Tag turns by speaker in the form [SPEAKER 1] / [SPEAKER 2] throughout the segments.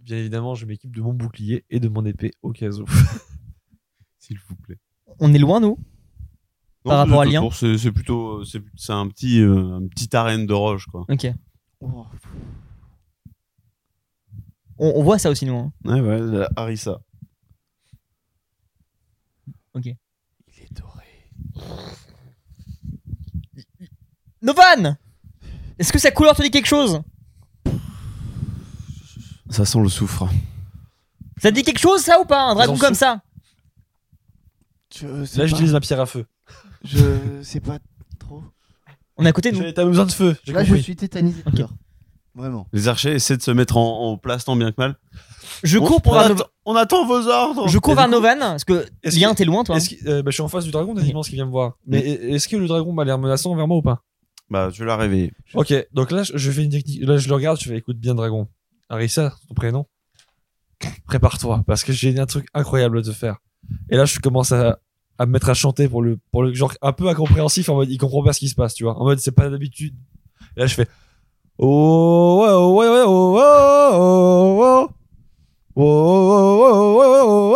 [SPEAKER 1] Bien évidemment, je m'équipe de mon bouclier et de mon épée au cas où.
[SPEAKER 2] S'il vous plaît.
[SPEAKER 3] On est loin, nous
[SPEAKER 2] Non,
[SPEAKER 3] Par
[SPEAKER 2] c'est
[SPEAKER 3] rapport à
[SPEAKER 2] plutôt
[SPEAKER 3] Lien
[SPEAKER 2] court, C'est c'est plutôt. euh, C'est c'est un petit. euh, un petit arène de roche, quoi.
[SPEAKER 3] Ok.
[SPEAKER 1] Oh.
[SPEAKER 3] On, on voit ça aussi, nous. hein.
[SPEAKER 2] Ouais, ouais, la Harissa.
[SPEAKER 3] Ok.
[SPEAKER 2] Il est doré.
[SPEAKER 3] Novan Est-ce que sa couleur te dit quelque chose
[SPEAKER 2] Ça sent le soufre.
[SPEAKER 3] Ça te dit quelque chose, ça, ou pas Un dragon
[SPEAKER 1] en
[SPEAKER 3] comme ça
[SPEAKER 4] Je sais
[SPEAKER 1] Là,
[SPEAKER 4] pas.
[SPEAKER 1] j'utilise ma pierre à feu.
[SPEAKER 4] Je sais pas trop.
[SPEAKER 3] On est à côté de nous.
[SPEAKER 1] J'avais- T'as besoin de feu. j'ai
[SPEAKER 4] Là, je
[SPEAKER 1] compris.
[SPEAKER 4] suis tétanisé de
[SPEAKER 3] Ok.
[SPEAKER 4] peur. Vraiment.
[SPEAKER 2] Les archers essaient de se mettre en, en place tant bien que mal.
[SPEAKER 3] Je
[SPEAKER 2] On-
[SPEAKER 3] cours pour
[SPEAKER 2] on,
[SPEAKER 3] vers,
[SPEAKER 2] atte-
[SPEAKER 3] Nov-
[SPEAKER 2] on attend vos ordres.
[SPEAKER 3] je cours hein.
[SPEAKER 1] Et
[SPEAKER 3] vers
[SPEAKER 1] du coup,
[SPEAKER 3] Novan, parce que
[SPEAKER 1] est-ce
[SPEAKER 3] Lien,
[SPEAKER 1] que-
[SPEAKER 3] t'es loin, toi.
[SPEAKER 1] Est-ce qu'il- euh, bah, je suis en face du dragon, quasiment, ce qui vient me voir. Mais
[SPEAKER 2] Mm.
[SPEAKER 1] est-ce que le dragon m'a l'air menaçant envers moi ou pas
[SPEAKER 2] Bah, tu l'as réveillé.
[SPEAKER 1] Ok, donc là, je- je fais une technique. Là, je le regarde, je fais écoute bien, dragon. Arissa, ton prénom. Prépare-toi, parce que j'ai un truc incroyable à te faire. Et là, je commence à, à me mettre à chanter pour le, pour le genre un peu incompréhensif, en mode il comprend pas ce qui se passe, tu vois. En mode c'est pas d'habitude. Et là, je fais Oh, ouais, oh, ouais, ouais, oh, oh, oh, oh, oh, oh, oh, oh, oh, oh,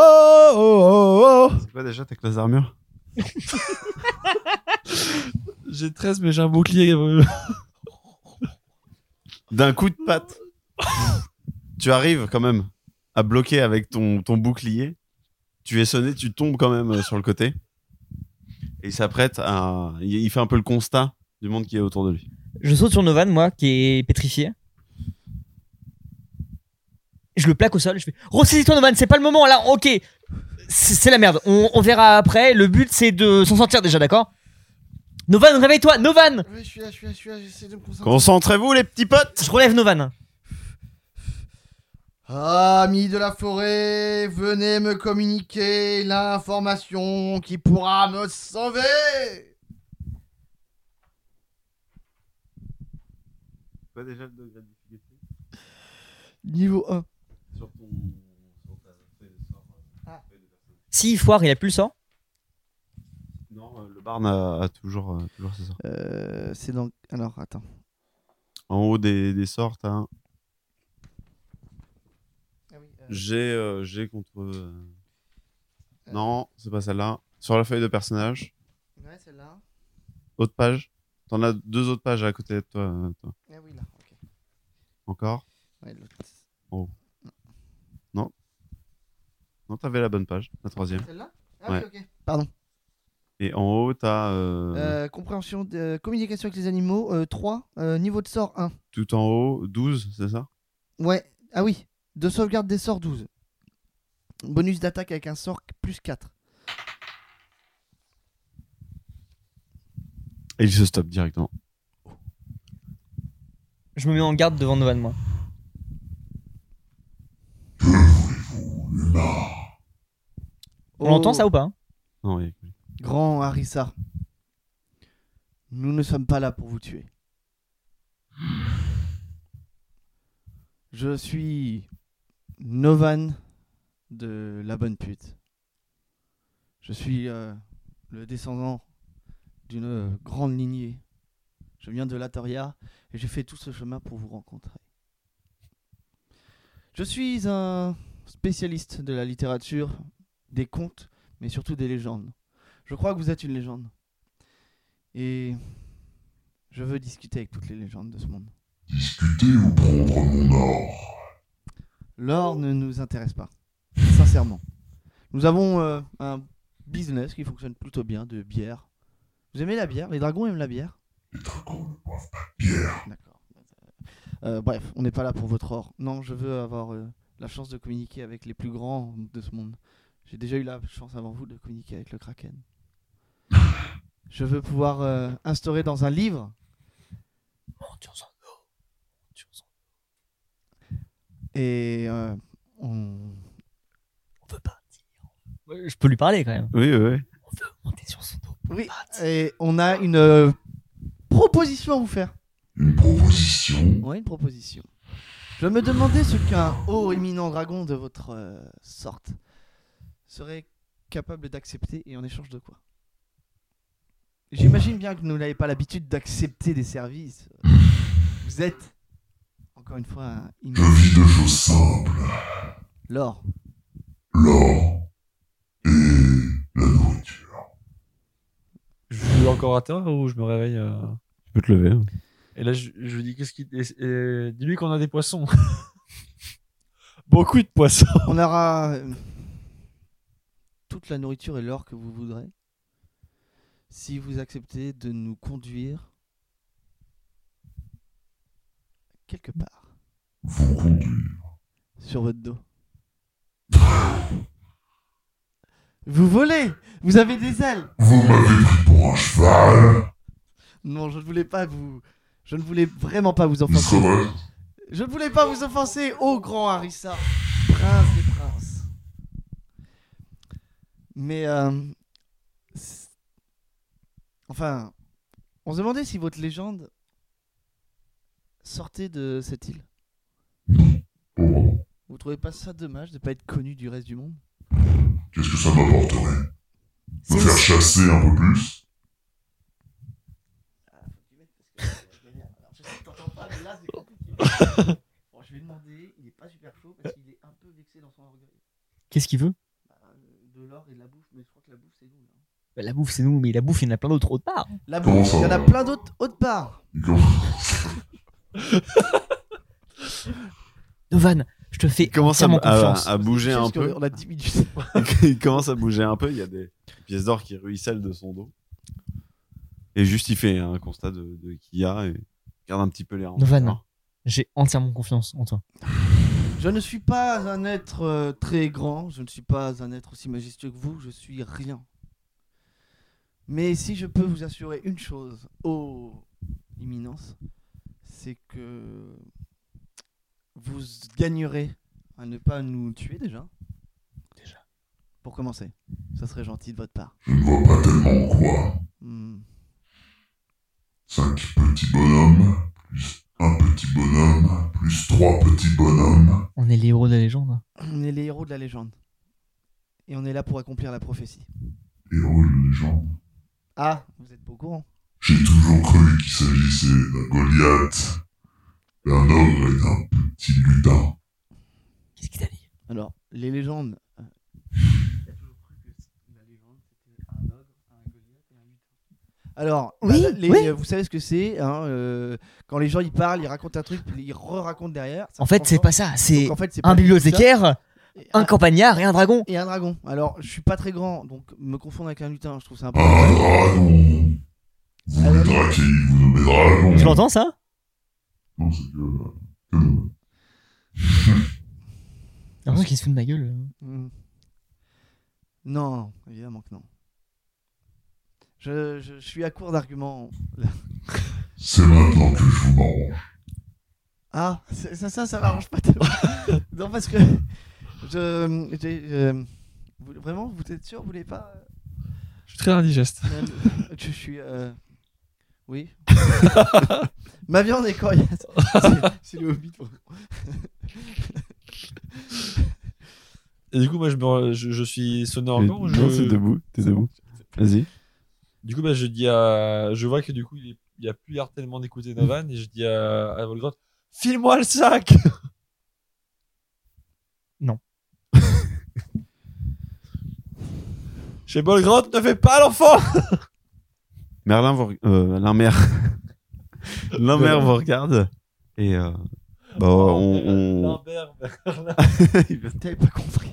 [SPEAKER 1] oh, oh, oh.
[SPEAKER 2] C'est pas déjà ta classe d'armure
[SPEAKER 1] J'ai 13, mais j'ai un bouclier. euh,
[SPEAKER 2] D'un coup de patte. tu arrives quand même à bloquer avec ton, ton bouclier. Tu es sonné, tu tombes quand même euh, sur le côté. Et il s'apprête à. Il il fait un peu le constat du monde qui est autour de lui.
[SPEAKER 3] Je saute sur Novan, moi, qui est pétrifié. Je le plaque au sol, je fais Ressaisis-toi, Novan, c'est pas le moment là, ok. C'est c'est la merde, on, on verra après. Le but c'est de s'en sortir déjà, d'accord Novan, réveille-toi, Novan
[SPEAKER 4] Ouais, je suis là, je suis là, je suis là, j'essaie de me concentrer.
[SPEAKER 2] Concentrez-vous, les petits potes
[SPEAKER 3] Je relève Novan.
[SPEAKER 4] Ah, Amis de la forêt, venez me communiquer l'information qui pourra me sauver.
[SPEAKER 2] Pas déjà le degré de difficulté
[SPEAKER 4] Niveau 1.
[SPEAKER 2] sur ton.
[SPEAKER 3] Si il foire, il a plus le sort.
[SPEAKER 2] Non, euh, le barn a, a toujours, euh, toujours ses sorts.
[SPEAKER 4] Euh, c'est donc. Alors, attends.
[SPEAKER 2] En haut des, hein. des sorts, t'as un
[SPEAKER 4] Ah oui, euh,
[SPEAKER 2] G, euh, G contre. euh, Non, c'est pas celle-là. Sur la feuille de personnage,
[SPEAKER 4] Ouais, celle-là.
[SPEAKER 2] autre page. T'en as deux autres pages à côté de toi. euh, toi.
[SPEAKER 4] Ah oui, là. Ok.
[SPEAKER 2] Encore
[SPEAKER 4] Ouais, l'autre.
[SPEAKER 2] Non, t'avais la bonne page, la troisième.
[SPEAKER 4] Celle-là Ah oui, ok. Pardon.
[SPEAKER 2] Et en haut, t'as. euh,
[SPEAKER 4] Euh, compréhension, de, communication avec les animaux, euh, 3. euh, niveau de sort, 1.
[SPEAKER 2] Tout en haut, 12, c'est ça
[SPEAKER 4] Ouais. Ah oui. De sauvegarde des sorts, 12. Bonus d'attaque avec un sort, plus 4.
[SPEAKER 2] Et il se stoppe directement.
[SPEAKER 3] Je me mets en garde devant Novan, moi. On l'entend ça ou pas hein
[SPEAKER 2] Non, il-
[SPEAKER 4] Grand Harissa, nous ne sommes pas là pour vous tuer. Je suis Novan de la bonne pute. Je suis euh, le descendant d'une euh, grande lignée. Je viens de Latoria et j'ai fait tout ce chemin pour vous rencontrer. Je suis un spécialiste de la littérature, des contes, mais surtout des légendes. Je crois que vous êtes une légende. Et je veux discuter avec toutes les légendes de ce monde.
[SPEAKER 5] Discuter ou prendre mon or.
[SPEAKER 4] L'or ne nous intéresse pas, sincèrement. Nous avons euh, un business qui fonctionne plutôt bien de bière. Vous aimez la bière Les dragons aiment la bière
[SPEAKER 5] Les dragons ne boivent pas de bière.
[SPEAKER 4] D'accord. Euh, bref, on n'est pas là pour votre or. Non, je veux avoir euh, la chance de communiquer avec les plus grands de ce monde. J'ai déjà eu la chance avant vous de communiquer avec le Kraken. Je veux pouvoir euh, instaurer dans un livre
[SPEAKER 3] Oh,
[SPEAKER 4] et euh, on,
[SPEAKER 3] Je peux lui parler quand même.
[SPEAKER 2] Oui, oui, oui.
[SPEAKER 3] Monter sur son dos.
[SPEAKER 4] Oui, et on a une euh, proposition à vous faire.
[SPEAKER 5] Une proposition.
[SPEAKER 4] Ouais, une proposition. Je me demandais ce qu'un haut éminent dragon de votre euh, sorte serait capable d'accepter et en échange de quoi J'imagine bien que vous n'avez pas l'habitude d'accepter des services. Vous êtes, encore une fois, un
[SPEAKER 5] Je vis de choses simples.
[SPEAKER 4] L'or.
[SPEAKER 5] l'or et la nourriture.
[SPEAKER 1] Je suis encore à terre ou je me réveille euh,
[SPEAKER 2] Tu peux te lever. hein.
[SPEAKER 1] Et là, je, je lui dis qu'est-ce qui. et- et- Dis-lui qu'on a des poissons. Beaucoup de poissons.
[SPEAKER 4] On aura euh, toute la nourriture et l'or que vous voudrez. Si vous acceptez de nous conduire quelque part
[SPEAKER 5] Vous conduire.
[SPEAKER 4] sur votre dos. Vous volez Vous avez des ailes
[SPEAKER 5] Vous m'avez pris pour un cheval.
[SPEAKER 4] Non, je ne voulais pas vous... Je ne voulais vraiment pas vous
[SPEAKER 5] Une
[SPEAKER 4] offenser.
[SPEAKER 5] sauvage.
[SPEAKER 4] Je ne voulais pas vous offenser, ô grand Harissa, prince des princes. Mais, euh, c'est- enfin, on se demandait si votre légende sortait de cette île.
[SPEAKER 5] Oh,
[SPEAKER 4] Vous trouvez pas ça dommage de pas être connu du reste du monde
[SPEAKER 5] qu'est-ce que ça m'apporterait Me
[SPEAKER 3] C'est-
[SPEAKER 5] faire chasser un peu plus
[SPEAKER 4] Ah, euh, Je vais demander, il est pas super chaud parce qu'il est un peu vexé dans son orgueil. Bah, euh,
[SPEAKER 3] Qu'est-ce qu'il veut
[SPEAKER 4] De l'or et de la bouffe, mais je crois que la bouffe c'est nous. hein.
[SPEAKER 3] Bah, La bouffe, c'est nous, mais la bouffe, il y en a plein d'autres autre part.
[SPEAKER 4] La
[SPEAKER 5] Comment
[SPEAKER 4] bouffe,
[SPEAKER 5] ça
[SPEAKER 4] il y en a
[SPEAKER 5] va
[SPEAKER 4] plein d'autres autre part.
[SPEAKER 5] Et comment-
[SPEAKER 3] Novan, je te fais
[SPEAKER 2] Il commence à,
[SPEAKER 3] entièrement
[SPEAKER 2] à-
[SPEAKER 3] confiance.
[SPEAKER 2] à bouger un peu.
[SPEAKER 4] On a 10 minutes.
[SPEAKER 2] il commence à bouger un peu. Il y a des pièces d'or qui ruissellent de son dos. Et juste, il fait un constat de, de qu'il y a et regarde un petit peu les rangs.
[SPEAKER 3] Novan, j'ai entièrement confiance en toi.
[SPEAKER 4] Je ne suis pas un être euh, très grand, je ne suis pas un être aussi majestueux que vous, je suis rien. Mais si je peux vous assurer une chose, ô imminence, c'est que vous gagnerez à ne pas nous tuer déjà.
[SPEAKER 3] Déjà.
[SPEAKER 4] Pour commencer, ça serait gentil de votre part.
[SPEAKER 5] Je ne vois pas tellement quoi.
[SPEAKER 4] Hmm.
[SPEAKER 5] Cinq petits bonhommes, plus un petit bonhomme, plus trois petits bonhommes.
[SPEAKER 3] On est les héros de la légende. hein.
[SPEAKER 4] On est les héros de la légende. Et on est là pour accomplir la prophétie.
[SPEAKER 5] Héros de légende.
[SPEAKER 4] Ah, vous êtes beau courant.
[SPEAKER 5] J'ai toujours cru qu'il s'agissait d'un Goliath, d'un ogre et d'un petit lutin.
[SPEAKER 3] Qu'est-ce qu'il t'a dit
[SPEAKER 4] Alors, les légendes. euh, Alors, bah,
[SPEAKER 3] Oui,
[SPEAKER 4] les-
[SPEAKER 3] oui.
[SPEAKER 4] euh, vous savez ce que c'est, hein, euh, quand les gens ils parlent, ils racontent un truc, puis ils re-racontent derrière. ça
[SPEAKER 3] En fait,
[SPEAKER 4] prend
[SPEAKER 3] c'est
[SPEAKER 4] sens.
[SPEAKER 3] pas ça. C'est
[SPEAKER 4] Donc, en fait, c'est pas
[SPEAKER 3] un
[SPEAKER 4] du tout ça.
[SPEAKER 3] bibliothécaire,
[SPEAKER 4] Et
[SPEAKER 3] un campagnard et un dragon.
[SPEAKER 4] et un dragon. Alors, je suis pas très grand, donc me confondre avec un lutin, je trouve ça un peu.
[SPEAKER 5] Un dragon. Vous
[SPEAKER 4] Ah,
[SPEAKER 5] me draquez, vous nommez dragon.
[SPEAKER 3] Tu l'entends ça
[SPEAKER 5] Non, c'est que. euh, que nous.
[SPEAKER 3] J'ai l'impression qu'il se fout de ma gueule.
[SPEAKER 4] Hmm. Non, évidemment que non. Je, je- je suis à court d'arguments.
[SPEAKER 5] C'est maintenant que je vous mange.
[SPEAKER 4] Ah, c'est- ça, ça, ça m'arrange pas tellement. non, parce que. Je. j'ai- euh, vous- vraiment, vous êtes sûr Vous voulez pas
[SPEAKER 1] Je suis très indigeste.
[SPEAKER 4] euh, même- Je suis. euh, Oui. Ma viande est coriace. C'est- C'est le hobbit.
[SPEAKER 1] Et du coup, moi, je, me- je, je suis sonné en
[SPEAKER 2] Non,
[SPEAKER 1] blanc. Je...
[SPEAKER 2] c'est debout. T'es debout. Vas-y.
[SPEAKER 1] Du coup, bah, je dis à. Je vois que du coup, il est- il y a plus l'air tellement d'écouter Novan et je dis à, à Volgrot File-moi le sac
[SPEAKER 3] Non.
[SPEAKER 1] Chez Volgrot, ne fais pas l'enfant
[SPEAKER 2] Merlin vous, re- euh, l'Inmer. L'Inmer vous regarde et euh, bah, on, on-
[SPEAKER 1] Lambert,
[SPEAKER 4] T'avais pas compris.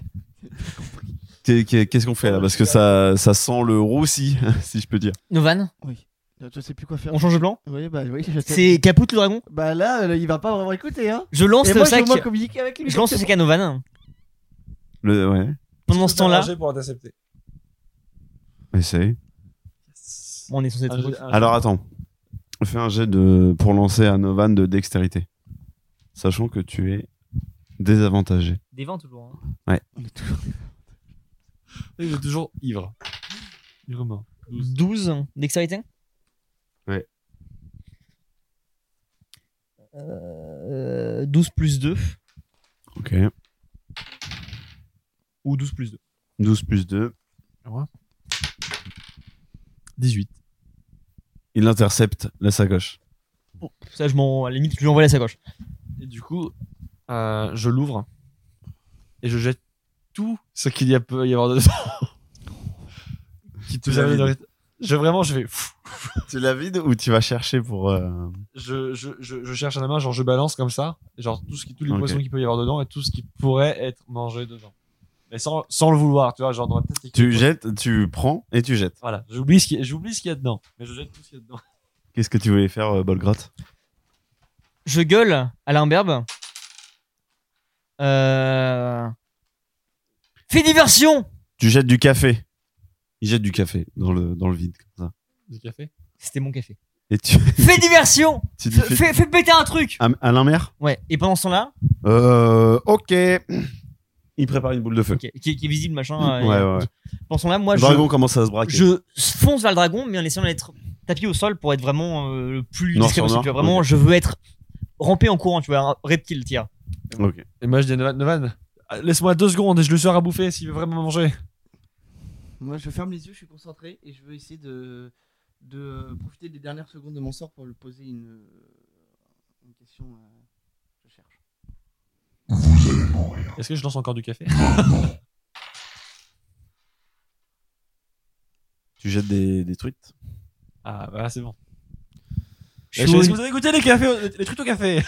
[SPEAKER 2] Qu'est- qu'est- qu'est-ce qu'on fait là parce que ça ça sent le roussi si je peux dire.
[SPEAKER 3] Novan,
[SPEAKER 4] Oui. Je sais plus quoi faire.
[SPEAKER 3] on change de plan
[SPEAKER 4] Oui, bah oui, je sais.
[SPEAKER 3] C'est Caput le dragon
[SPEAKER 4] Bah là, euh, il va pas vraiment écouter, hein.
[SPEAKER 3] Je lance
[SPEAKER 4] Et
[SPEAKER 3] le
[SPEAKER 4] moi, je
[SPEAKER 3] sac.
[SPEAKER 4] veux moins communiquer avec lui.
[SPEAKER 3] Je lance le sac à Novan.
[SPEAKER 2] Le ouais.
[SPEAKER 3] Pendant ce temps-là,
[SPEAKER 1] pour intercepter.
[SPEAKER 2] Essaye.
[SPEAKER 3] on est censé être.
[SPEAKER 1] Un jeu- un jeu-
[SPEAKER 2] Alors attends. Fais un jet de pour lancer à Novan de dextérité. Sachant que tu es désavantagé.
[SPEAKER 3] Des vents toujours. hein.
[SPEAKER 1] Il est toujours ivre. Ivre mort.
[SPEAKER 3] 12 dextérité
[SPEAKER 2] Ouais.
[SPEAKER 3] Euh, 12 plus 2
[SPEAKER 2] OK.
[SPEAKER 3] ou 12 plus 2
[SPEAKER 2] 12 plus 2.
[SPEAKER 1] 18.
[SPEAKER 2] Il intercepte la sacoche.
[SPEAKER 3] Ça, je m'en. À la limite, je lui envoie la sacoche.
[SPEAKER 1] Et du coup, euh, je l'ouvre et je jette tout ce qu'il y a peut y avoir dedans. qui te
[SPEAKER 2] Tu l'as
[SPEAKER 1] amène
[SPEAKER 2] vidé.
[SPEAKER 1] dans les- Je vraiment, je vais.
[SPEAKER 2] Tu la vides ou tu vas chercher pour. euh,
[SPEAKER 1] je, je, je, je cherche à la main, genre je balance comme ça, genre tout ce qui, tous les
[SPEAKER 2] Ok.
[SPEAKER 1] poissons qu'il peut y avoir dedans et tout ce qui pourrait être mangé dedans. Mais sans, sans le vouloir, tu vois, genre dans ma tête. c'est que-
[SPEAKER 2] Tu jettes, tu prends et tu jettes.
[SPEAKER 1] Voilà, j'oublie ce qu'il y, a- j'oublie ce qu'il y a dedans, mais je jette tout ce qu'il y a dedans.
[SPEAKER 2] Qu'est-ce que tu voulais faire, euh, Bolgrotte
[SPEAKER 3] Je gueule à l'imberbe. Euh... Fais diversion
[SPEAKER 2] Tu jettes du café. Il jette du café dans le, dans le vide, comme ça.
[SPEAKER 1] Du café
[SPEAKER 3] C'était mon café.
[SPEAKER 2] Et tu,
[SPEAKER 3] Fais diversion
[SPEAKER 2] tu lui
[SPEAKER 3] fais,
[SPEAKER 2] fais.
[SPEAKER 3] fais, fais péter un truc
[SPEAKER 2] Am- Alain Mer
[SPEAKER 3] Ouais, et pendant ce temps-là,
[SPEAKER 2] Euh. Ok. Il prépare une boule de feu.
[SPEAKER 3] ok, qui, qui est visible, machin.
[SPEAKER 2] Ouais,
[SPEAKER 3] euh,
[SPEAKER 2] ouais, ouais.
[SPEAKER 3] Pendant ce temps-là, moi,
[SPEAKER 2] le
[SPEAKER 3] je,
[SPEAKER 2] dragon commence à se braquer.
[SPEAKER 3] je fonce vers le dragon, mais en essayant d'être tapis au sol pour être vraiment euh, le plus
[SPEAKER 2] Noir
[SPEAKER 3] discret possible.
[SPEAKER 2] sur noir,
[SPEAKER 3] tu vois. Vraiment, je veux être rampé en courant, tu vois, un reptile, tire.
[SPEAKER 2] Ok.
[SPEAKER 1] Et moi je dis à Novan, Novan, ah, laisse-moi deux secondes et je le sors à bouffer s'il veut vraiment manger.
[SPEAKER 4] Moi, je ferme les yeux, je suis concentré et je veux essayer de, de euh, profiter des dernières secondes de mon sort pour lui poser une, une question. euh, je cherche.
[SPEAKER 5] Vous allez mourir.
[SPEAKER 1] Est-ce que je lance encore du café
[SPEAKER 2] Tu jettes des, des truites.
[SPEAKER 1] Ah bah c'est bon. Eh,
[SPEAKER 3] Je suis
[SPEAKER 1] Est-ce que
[SPEAKER 3] au-
[SPEAKER 1] vous avez goûté les, cafés, au- les trucs au café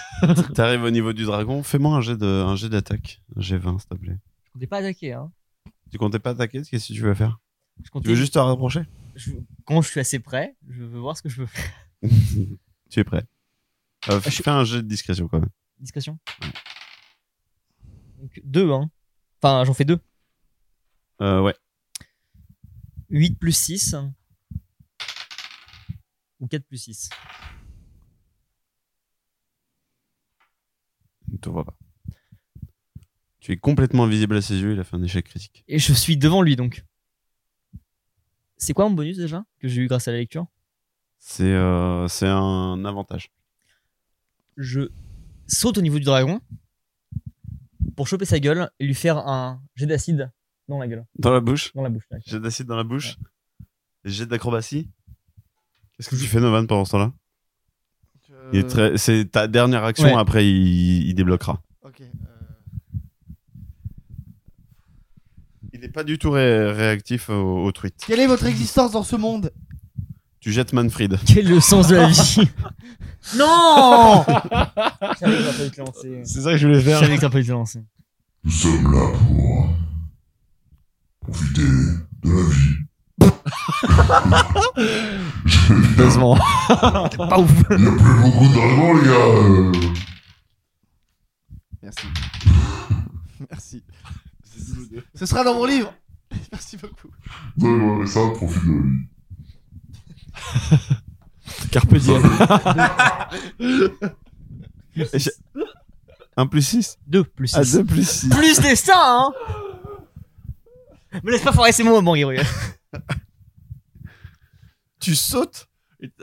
[SPEAKER 2] T'arrives au niveau du dragon. Fais-moi un jet de- un jet d'attaque. Un jet 20, s'il te plaît.
[SPEAKER 3] Je comptais pas attaquer, hein.
[SPEAKER 2] Tu comptais pas attaquer Qu'est-ce que tu veux faire
[SPEAKER 3] Je comptais,
[SPEAKER 2] Tu veux juste te rapprocher
[SPEAKER 3] je- quand je suis assez près, je veux voir ce que je veux faire.
[SPEAKER 2] Tu es prêt. Euh, f-
[SPEAKER 3] je-
[SPEAKER 2] Fais un jet de discrétion quand même.
[SPEAKER 3] Discrétion. Donc, deux, hein. Enfin, j'en fais deux.
[SPEAKER 2] Euh, ouais.
[SPEAKER 3] 8 plus 6. Ou 4 plus 6.
[SPEAKER 2] Il te voit pas. Tu es complètement invisible à ses yeux. Il a fait un échec critique.
[SPEAKER 3] Et je suis devant lui donc. C'est quoi mon bonus déjà Que j'ai eu grâce à la lecture
[SPEAKER 2] C'est euh, c'est un avantage.
[SPEAKER 3] Je saute au niveau du dragon pour choper sa gueule et lui faire un jet d'acide dans la gueule,
[SPEAKER 2] Dans la bouche.
[SPEAKER 3] dans la bouche. là.
[SPEAKER 2] Jet d'acide dans la bouche. Jet d'acrobatie. Qu'est-ce que tu Euh. fais, Novan, pendant ce temps-là Il est très- C'est ta dernière action.
[SPEAKER 3] Ouais.
[SPEAKER 2] Après, il, il débloquera.
[SPEAKER 4] Ok. euh,
[SPEAKER 2] Il n'est pas du tout ré- réactif au, au tweet.
[SPEAKER 4] Quelle est votre existence dans ce monde
[SPEAKER 2] Tu jettes Manfred.
[SPEAKER 3] Quel est le sens de la vie Non Je savais que t'aurais pas dû te lancer.
[SPEAKER 1] C'est ça que je voulais
[SPEAKER 3] Je
[SPEAKER 1] faire.
[SPEAKER 3] savais que t'aurais pas dû te lancer.
[SPEAKER 5] Nous sommes là pour profiter de la vie. Je viens-
[SPEAKER 1] Heureusement.
[SPEAKER 3] Pas ouf.
[SPEAKER 5] Il n'y a plus beaucoup de dragons, les gars. euh.
[SPEAKER 4] Merci. Merci. Ce sera dans mon livre. Merci beaucoup.
[SPEAKER 5] Donnez-moi ça, profite de la vie.
[SPEAKER 1] Carpe diem.
[SPEAKER 2] Éche- 1 plus 6
[SPEAKER 3] 2 plus 6.
[SPEAKER 2] Ah, 2 plus 6.
[SPEAKER 3] Plus destin, hein Me laisse pas foirer ces mots, mon Gabriel.
[SPEAKER 2] Tu sautes et t-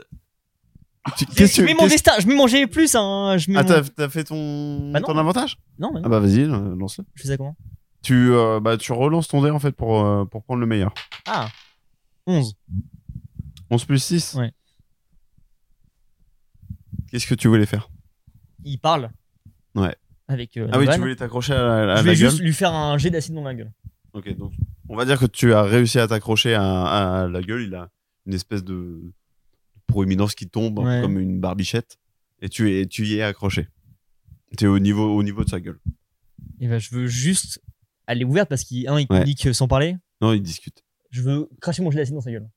[SPEAKER 2] Tu-
[SPEAKER 3] Je,
[SPEAKER 2] Qu'est-ce que
[SPEAKER 3] mets mon
[SPEAKER 2] qu'est-ce-
[SPEAKER 3] destin, je mets mon G plus, hein. Je mets
[SPEAKER 2] Ah,
[SPEAKER 3] mon-
[SPEAKER 2] t'as t'as fait ton,
[SPEAKER 3] Bah non.
[SPEAKER 2] ton avantage
[SPEAKER 3] Non, mais non.
[SPEAKER 2] Ah bah vas-y, euh, lance-le.
[SPEAKER 3] je fais ça comment
[SPEAKER 2] Tu, euh, bah, tu relances ton dé en fait pour, euh, pour prendre le meilleur.
[SPEAKER 3] Ah 11.
[SPEAKER 2] 11 plus 6
[SPEAKER 3] Ouais.
[SPEAKER 2] Qu'est-ce que tu voulais faire
[SPEAKER 3] Il parle.
[SPEAKER 2] Ouais.
[SPEAKER 3] Avec euh,
[SPEAKER 2] Ah oui,
[SPEAKER 3] Novan.
[SPEAKER 2] tu voulais t'accrocher à la, à
[SPEAKER 3] Je
[SPEAKER 2] la
[SPEAKER 3] vais
[SPEAKER 2] gueule
[SPEAKER 3] juste lui faire un jet d'acide dans la gueule.
[SPEAKER 2] Ok, donc on va dire que tu as réussi à t'accrocher à, à la gueule. Il a une espèce de proéminence qui tombe
[SPEAKER 3] Ouais.
[SPEAKER 2] comme une barbichette. Et tu, es, tu y es accroché. Tu es au niveau, au niveau de sa gueule.
[SPEAKER 3] Et ben, je veux juste. Elle est ouverte parce qu'il un, il
[SPEAKER 2] Ouais.
[SPEAKER 3] communique sans parler.
[SPEAKER 2] Non, il discute.
[SPEAKER 3] Je veux cracher mon jet d'acide dans sa gueule.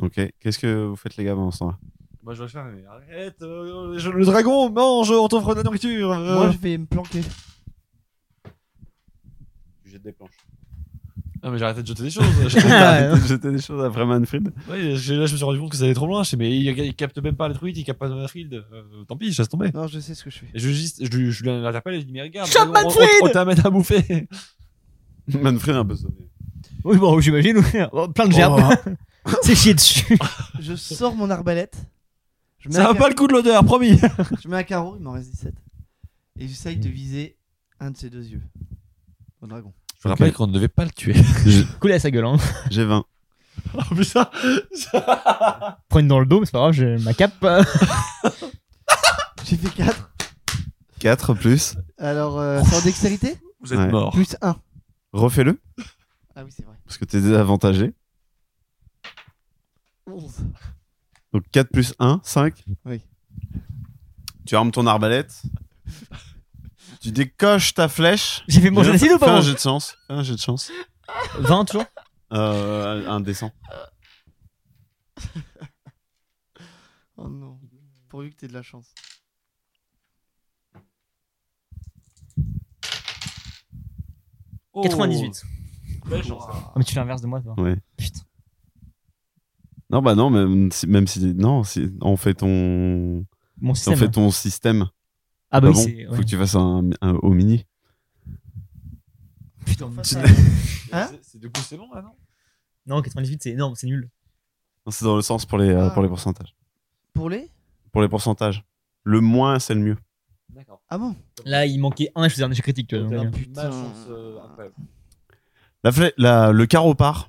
[SPEAKER 2] Ok, qu'est-ce que vous faites les gars pendant ce temps-là
[SPEAKER 1] Moi je vais le faire, mais arrête euh, je- Le dragon, mange, on t'offre de la nourriture euh.
[SPEAKER 4] Moi, je vais me planquer.
[SPEAKER 2] Tu jettes des planches.
[SPEAKER 1] Non Ah, mais j'ai arrêté de jeter des choses. Je-
[SPEAKER 2] jeter des choses après Manfred.
[SPEAKER 1] Ouais, j'ai- là, je me suis rendu compte que ça allait trop loin. Je sais, mais il, il capte même pas les truites, il capte pas Manfred. Euh, tant pis, je laisse tomber.
[SPEAKER 4] Non, je sais ce que je fais.
[SPEAKER 1] Et je, juste- je, lui- je l'interpelle et je lui dis, mais regarde,
[SPEAKER 3] Chope
[SPEAKER 1] on-
[SPEAKER 3] Manfred
[SPEAKER 1] on, on t'amène à bouffer.
[SPEAKER 2] Manfred un peu sonné.
[SPEAKER 3] Oui, bon, j'imagine. oui. Oh, plein de gerbes.
[SPEAKER 2] Oh.
[SPEAKER 3] C'est chier dessus.
[SPEAKER 4] Je sors mon arbalète. Je mets,
[SPEAKER 1] Ça
[SPEAKER 4] un
[SPEAKER 1] a pas le coup de l'odeur, promis.
[SPEAKER 4] car- je mets un carreau, il m'en reste 17. Et j'essaye de viser un de ses deux yeux. Au dragon.
[SPEAKER 1] Je
[SPEAKER 2] rappelle
[SPEAKER 1] qu'on ne devait pas le tuer.
[SPEAKER 3] Coller à sa gueule, hein.
[SPEAKER 2] J'ai 20.
[SPEAKER 1] oh putain
[SPEAKER 3] Prends une dans le dos, mais c'est pas grave, j'ai ma cape. euh.
[SPEAKER 4] J'ai fait 4.
[SPEAKER 2] 4 plus.
[SPEAKER 4] Alors, euh, c'est en dextérité
[SPEAKER 1] Vous êtes
[SPEAKER 2] Ouais.
[SPEAKER 1] mort.
[SPEAKER 4] Plus 1.
[SPEAKER 2] Refais-le,
[SPEAKER 4] Ah oui, c'est vrai.
[SPEAKER 2] parce que t'es désavantagé.
[SPEAKER 4] 11.
[SPEAKER 2] Donc 4 plus 1, 5.
[SPEAKER 4] Oui.
[SPEAKER 2] Tu armes ton arbalète. tu décoches ta flèche.
[SPEAKER 3] J'ai fait mon
[SPEAKER 2] Viens,
[SPEAKER 3] génocide ou
[SPEAKER 2] fais
[SPEAKER 3] pas
[SPEAKER 2] un
[SPEAKER 3] moi
[SPEAKER 2] jet de chance. Fais Un jet de chance.
[SPEAKER 3] 20 toujours
[SPEAKER 2] Euh, un dessin.
[SPEAKER 4] Oh non. Pourvu que t'aies de la chance.
[SPEAKER 1] Oh.
[SPEAKER 3] 98.
[SPEAKER 1] Belle chance.
[SPEAKER 3] Ah, mais tu fais l'inverse de moi, toi.
[SPEAKER 2] Ouais.
[SPEAKER 3] Putain.
[SPEAKER 2] Non, bah non, même si, même si non, si, on fait ton,
[SPEAKER 3] Mon
[SPEAKER 2] on
[SPEAKER 3] système.
[SPEAKER 2] fait ton système.
[SPEAKER 3] Ah bah
[SPEAKER 2] Ah
[SPEAKER 3] oui,
[SPEAKER 2] bon,
[SPEAKER 3] c'est.
[SPEAKER 2] faut
[SPEAKER 3] ouais.
[SPEAKER 2] que tu fasses un, un au mini.
[SPEAKER 3] Putain, mon
[SPEAKER 2] C'est-
[SPEAKER 3] système.
[SPEAKER 4] Hein
[SPEAKER 1] C'est- c'est- Du coup, c'est bon, là, non
[SPEAKER 3] Non, 98, c'est énorme, c'est nul.
[SPEAKER 2] Non, C'est dans le sens pour les, euh,
[SPEAKER 4] Ah.
[SPEAKER 2] pour les pourcentages.
[SPEAKER 4] Pour les
[SPEAKER 2] Pour les pourcentages. Le moins, c'est le mieux.
[SPEAKER 1] D'accord.
[SPEAKER 4] Ah bon
[SPEAKER 3] Là, il manquait un et je faisais un échec critique, tu vois. donc,
[SPEAKER 4] Ah,
[SPEAKER 3] euh,
[SPEAKER 4] putain.
[SPEAKER 1] Malchance, euh, incroyable.
[SPEAKER 2] La flè- la- le carreau part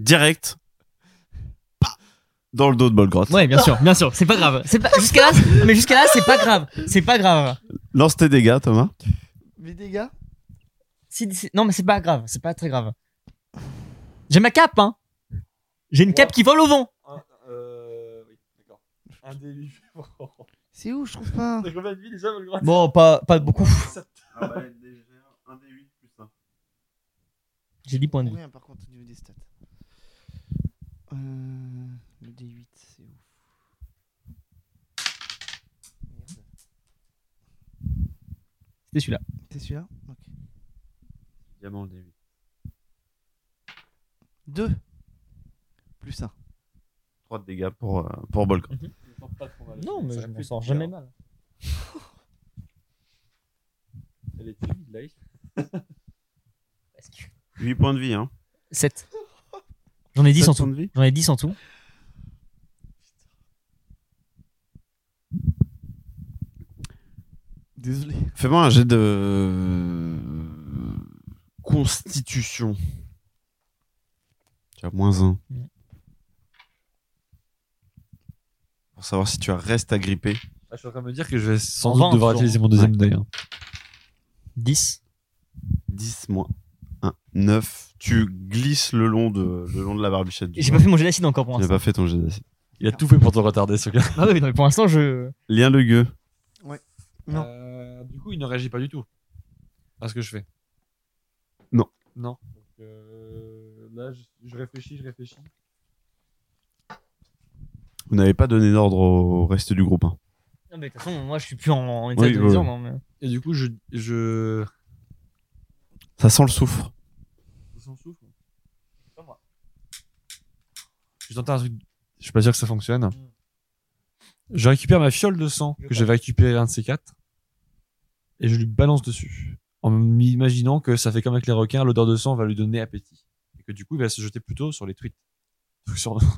[SPEAKER 2] direct pa, dans le dos de Bolgrot.
[SPEAKER 3] Ouais, bien sûr, bien sûr, c'est pas grave. C'est pas... Jusqu'à là, c'est- mais jusqu'à là, c'est pas grave. C'est pas grave.
[SPEAKER 2] Lance tes dégâts, Thomas.
[SPEAKER 4] Mes dégâts
[SPEAKER 3] Si- si- Non, mais c'est pas grave, c'est pas très grave. J'ai ma cape, hein. J'ai une cape qui vole au vent.
[SPEAKER 1] Un, euh, oui, d'accord. Un des huit.
[SPEAKER 4] C'est où Je trouve pas.
[SPEAKER 1] T'as combien de vies, déjà, Belgrade
[SPEAKER 3] Bon, pas, pas beaucoup. J'ai 10 points de vie.
[SPEAKER 4] Rien par contre au niveau des stats. Euh, le D8, c'est où Merde.
[SPEAKER 3] C'était celui-là.
[SPEAKER 4] C'est celui-là Ok. 2 plus 1.
[SPEAKER 2] 3 de dégâts pour, euh, pour Bolgrot.
[SPEAKER 3] Non, mais je m'en sors jamais mal.
[SPEAKER 1] Elle est timide, là.
[SPEAKER 2] 8 points de vie. Hein.
[SPEAKER 3] 7. J'en ai 10 en
[SPEAKER 2] Sept points
[SPEAKER 3] tout.
[SPEAKER 2] de vie.
[SPEAKER 3] J'en ai 10 en tout.
[SPEAKER 4] Désolé.
[SPEAKER 2] Fais-moi un jet de. Constitution. Tu as moins 1.
[SPEAKER 3] Ouais.
[SPEAKER 2] Pour savoir si tu restes agrippé.
[SPEAKER 1] Ah, je suis en train de me dire que je vais sans
[SPEAKER 3] En
[SPEAKER 1] doute
[SPEAKER 3] vain,
[SPEAKER 1] devoir
[SPEAKER 3] toujours.
[SPEAKER 1] utiliser mon deuxième dé. hein.
[SPEAKER 3] 10.
[SPEAKER 2] 10 moins 1. 9. Tu glisses le long de, le long de la barbichette. Du
[SPEAKER 3] J'ai pas fait mon jet d'acide encore pour
[SPEAKER 2] tu n'as
[SPEAKER 3] l'instant.
[SPEAKER 2] pas fait ton jet d'acide.
[SPEAKER 1] Il a tout fait pour te retarder, ce gars.
[SPEAKER 3] Ah oui, non, mais pour l'instant, je.
[SPEAKER 2] Lien le gueux.
[SPEAKER 4] Non.
[SPEAKER 1] Euh, du coup, il ne réagit pas du tout à ce que je fais.
[SPEAKER 2] Non.
[SPEAKER 1] Non. Donc, euh, là, je, je réfléchis, je réfléchis.
[SPEAKER 2] Vous n'avez pas donné d'ordre au reste du groupe. hein.
[SPEAKER 3] Non, mais de toute façon, moi, je suis plus en, en état
[SPEAKER 2] état Oui,
[SPEAKER 3] de hein,
[SPEAKER 2] de oui, oui.
[SPEAKER 3] désordre,
[SPEAKER 2] désordre,
[SPEAKER 1] Et du coup, je. je...
[SPEAKER 2] Ça sent le soufre.
[SPEAKER 1] Pas moi. Je tente un truc. Je suis pas sûr que ça fonctionne. Je récupère ma fiole de sang que j'avais récupérée un de ces quatre. Et je lui balance dessus. En m'imaginant que ça fait comme avec les requins, l'odeur de sang va lui donner appétit. Et que du coup, il va se jeter plutôt sur les truites. Ou sur-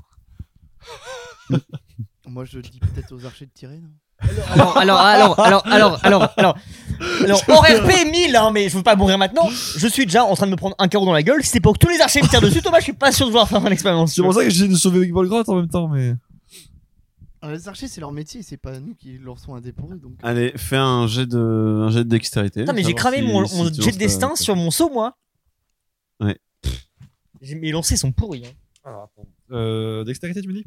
[SPEAKER 4] Moi je dis peut-être aux archers de tirer. Non
[SPEAKER 3] Alors, alors, alors, alors, alors, alors, alors. Alors, hors RP 1000, hein, mais je veux pas mourir maintenant. Je suis déjà en train de me prendre un carreau dans la gueule. Si c'est pour que tous les archers me tirent dessus, Thomas, je suis pas sûr de vouloir faire une expérience.
[SPEAKER 1] C'est pour ça que j'essaie de sauver Big Ball Grotte en même temps, mais.
[SPEAKER 4] Alors, Ah, les archers c'est leur métier, c'est pas nous qui leur sont indépendants. Donc...
[SPEAKER 2] Allez, fais un jet de, un jet de dextérité.
[SPEAKER 3] Non, mais j'ai
[SPEAKER 2] Savoir
[SPEAKER 3] cramé
[SPEAKER 2] si-
[SPEAKER 3] mon,
[SPEAKER 2] si
[SPEAKER 3] mon
[SPEAKER 2] tu
[SPEAKER 3] jet
[SPEAKER 2] lances
[SPEAKER 3] de
[SPEAKER 2] ta-
[SPEAKER 3] destin
[SPEAKER 2] ta-
[SPEAKER 3] sur mon saut, moi.
[SPEAKER 2] Ouais.
[SPEAKER 3] J'ai- Mes lancers sont pourris. hein.
[SPEAKER 1] Alors, attends. Euh, dextérité, tu me dis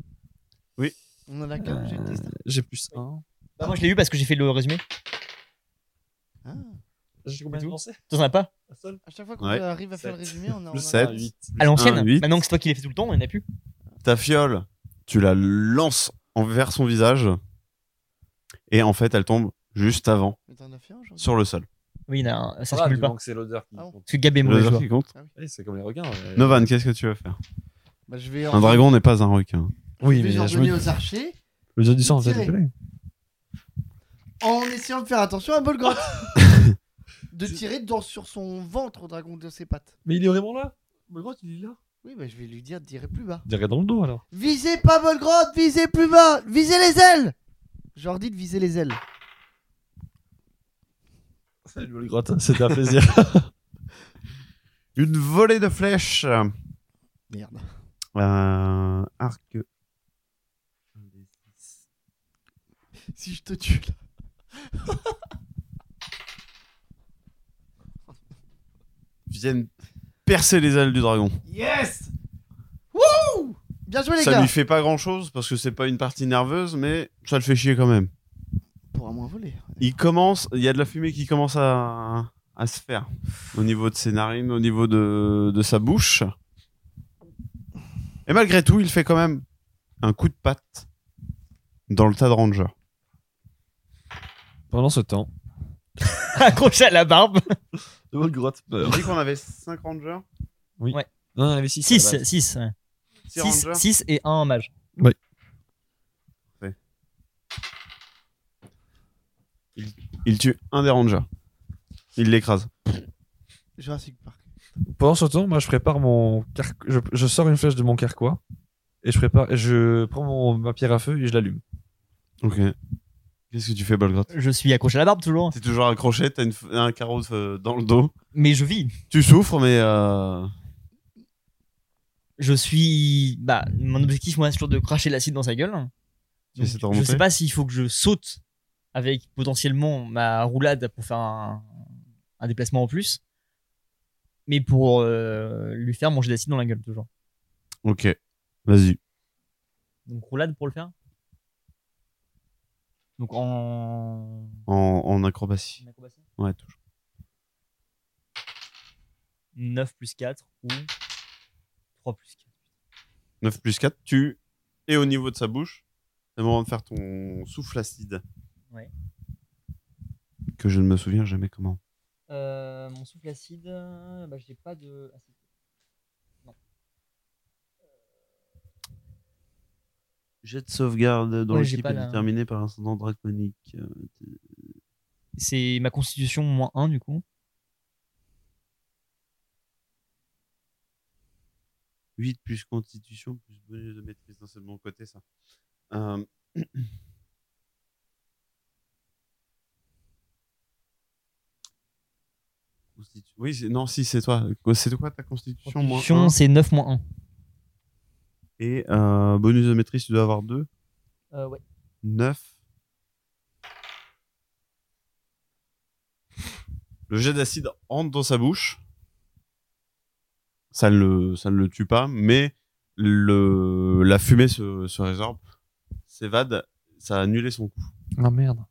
[SPEAKER 4] On en a qu'un j'ai le destin.
[SPEAKER 1] J'ai plus 1.
[SPEAKER 3] Bah, moi, je l'ai eu parce que j'ai fait le résumé.
[SPEAKER 4] Ah.
[SPEAKER 1] J'ai
[SPEAKER 3] combien de
[SPEAKER 1] lancés
[SPEAKER 3] T'en as pas
[SPEAKER 4] À chaque fois qu'on
[SPEAKER 2] Ouais.
[SPEAKER 4] arrive à faire le
[SPEAKER 1] Sept.
[SPEAKER 4] résumé, on en
[SPEAKER 2] Plus
[SPEAKER 4] a.
[SPEAKER 1] Ah,
[SPEAKER 2] sept.
[SPEAKER 3] À l'ancienne.
[SPEAKER 2] Un, huit.
[SPEAKER 3] Maintenant que c'est toi qui l'ai fait tout le temps, il n'y en a plus.
[SPEAKER 2] Ta fiole, tu la lances envers son visage. Et en fait, elle tombe juste avant,
[SPEAKER 4] Mais t'en as fait un aujourd'hui
[SPEAKER 2] sur le sol.
[SPEAKER 3] Oui, il y en a un. Ça
[SPEAKER 1] Ça
[SPEAKER 3] se cumule pas.
[SPEAKER 1] pas. C'est l'odeur qui
[SPEAKER 4] Ah bon.
[SPEAKER 1] compte.
[SPEAKER 3] Parce que Gab est mauvais
[SPEAKER 2] Le
[SPEAKER 3] joueur.
[SPEAKER 2] qui compte.
[SPEAKER 1] Eh, C'est comme les requins. mais-
[SPEAKER 2] Novan, qu'est-ce que tu veux faire
[SPEAKER 4] Bah, je vais en-
[SPEAKER 2] Un dragon n'est pas un requin.
[SPEAKER 1] Oui,
[SPEAKER 4] je vais en
[SPEAKER 1] mais je
[SPEAKER 4] donner
[SPEAKER 1] me...
[SPEAKER 4] aux archers
[SPEAKER 1] le dieu du sang, ça
[SPEAKER 4] Tirez.
[SPEAKER 1] décollé.
[SPEAKER 4] en essayant de faire attention à Bolgrot. de tirer dans, sur son ventre au dragon de ses pattes.
[SPEAKER 1] Mais il est vraiment là Bolgrot, il est là.
[SPEAKER 4] Oui, bah, je vais lui dire de tirer plus bas.
[SPEAKER 1] Dirait dans le dos alors.
[SPEAKER 4] Visez pas Bolgrot, visez plus bas, visez les ailes Je leur dis de viser les ailes.
[SPEAKER 1] Salut Bolgrot, c'était un plaisir.
[SPEAKER 2] Une volée de flèches.
[SPEAKER 4] Merde.
[SPEAKER 2] Euh, arc.
[SPEAKER 4] Si je te tue là.
[SPEAKER 2] viennent percer les ailes du dragon.
[SPEAKER 4] Yes Wouh Bien joué, les
[SPEAKER 2] Ça
[SPEAKER 4] gars
[SPEAKER 2] lui fait pas grand chose parce que c'est pas une partie nerveuse, mais ça le fait chier quand même.
[SPEAKER 4] Pour un moins voler.
[SPEAKER 2] Il commence, il y a de la fumée qui commence à, à se faire au niveau de ses narines, au niveau de, de sa bouche. Et malgré tout, il fait quand même un coup de patte dans le tas de rangers.
[SPEAKER 1] Pendant ce temps,
[SPEAKER 3] Accroché à la barbe.
[SPEAKER 1] de grotte
[SPEAKER 2] Tu dis qu'on avait 5 rangers
[SPEAKER 1] Non, il y en avait 6.
[SPEAKER 3] 6, 6.
[SPEAKER 2] 6
[SPEAKER 3] 6,
[SPEAKER 2] rangers
[SPEAKER 3] et 1 en mage.
[SPEAKER 2] Il tue un des rangers. Il l'écrase.
[SPEAKER 4] Jurassic Park.
[SPEAKER 1] Pendant ce temps, moi, je prépare mon car... je, je sors une flèche de mon carquois et je prépare, et je prends mon, ma pierre à feu et je l'allume.
[SPEAKER 2] Ok. Qu'est-ce que tu fais, Bolgrot
[SPEAKER 3] Je suis accroché à la barbe toujours.
[SPEAKER 2] T'es toujours accroché, t'as une f- un carreau euh, dans le dos.
[SPEAKER 3] Mais je vis.
[SPEAKER 2] Tu souffres, mais euh,
[SPEAKER 3] Je suis. Bah, mon objectif, moi, c'est toujours de cracher l'acide dans sa gueule.
[SPEAKER 2] tu essaies de te
[SPEAKER 3] je
[SPEAKER 2] remonter.
[SPEAKER 3] sais pas s'il faut que je saute avec potentiellement ma roulade pour faire un, un déplacement en plus. Mais pour euh, lui faire manger d'acide dans la gueule toujours.
[SPEAKER 2] Ok. Vas-y.
[SPEAKER 3] Donc roulade pour le faire. Donc en.
[SPEAKER 2] En, en acrobatie.
[SPEAKER 3] en acrobatie
[SPEAKER 2] Ouais, toujours.
[SPEAKER 3] 9 plus 4 ou 3 plus 4.
[SPEAKER 2] 9 plus 4, tu es au niveau de sa bouche. C'est le moment de faire ton souffle acide.
[SPEAKER 3] Ouais.
[SPEAKER 2] Que je ne me souviens jamais comment.
[SPEAKER 3] Euh, mon souffle acide, euh, bah, j'ai pas de. ah, c'est- Non.
[SPEAKER 2] Jet de sauvegarde dans
[SPEAKER 3] Ouais,
[SPEAKER 2] le
[SPEAKER 3] j'ai
[SPEAKER 2] type
[SPEAKER 3] pas
[SPEAKER 2] est
[SPEAKER 3] la-
[SPEAKER 2] déterminé par un ascendant draconique. Euh,
[SPEAKER 3] C'est ma constitution moins 1 du coup.
[SPEAKER 2] 8 plus constitution plus bonus de maîtrise. Non, c'est de mon côté, ça. Euh, Constitu- Oui, c'est- non, si, c'est toi. C'est quoi ta constitution, moins
[SPEAKER 3] Constitution,
[SPEAKER 2] un
[SPEAKER 3] c'est 9 moins
[SPEAKER 2] Et euh, bonus de maîtrise, tu dois avoir 2.
[SPEAKER 3] 1. Euh, ouais.
[SPEAKER 2] 9. Le jet d'acide entre dans sa bouche. Ça ne le, ça ne le tue pas, mais le, la fumée se, se résorbe, s'évade, ça a annulé son coup.
[SPEAKER 1] Ah merde.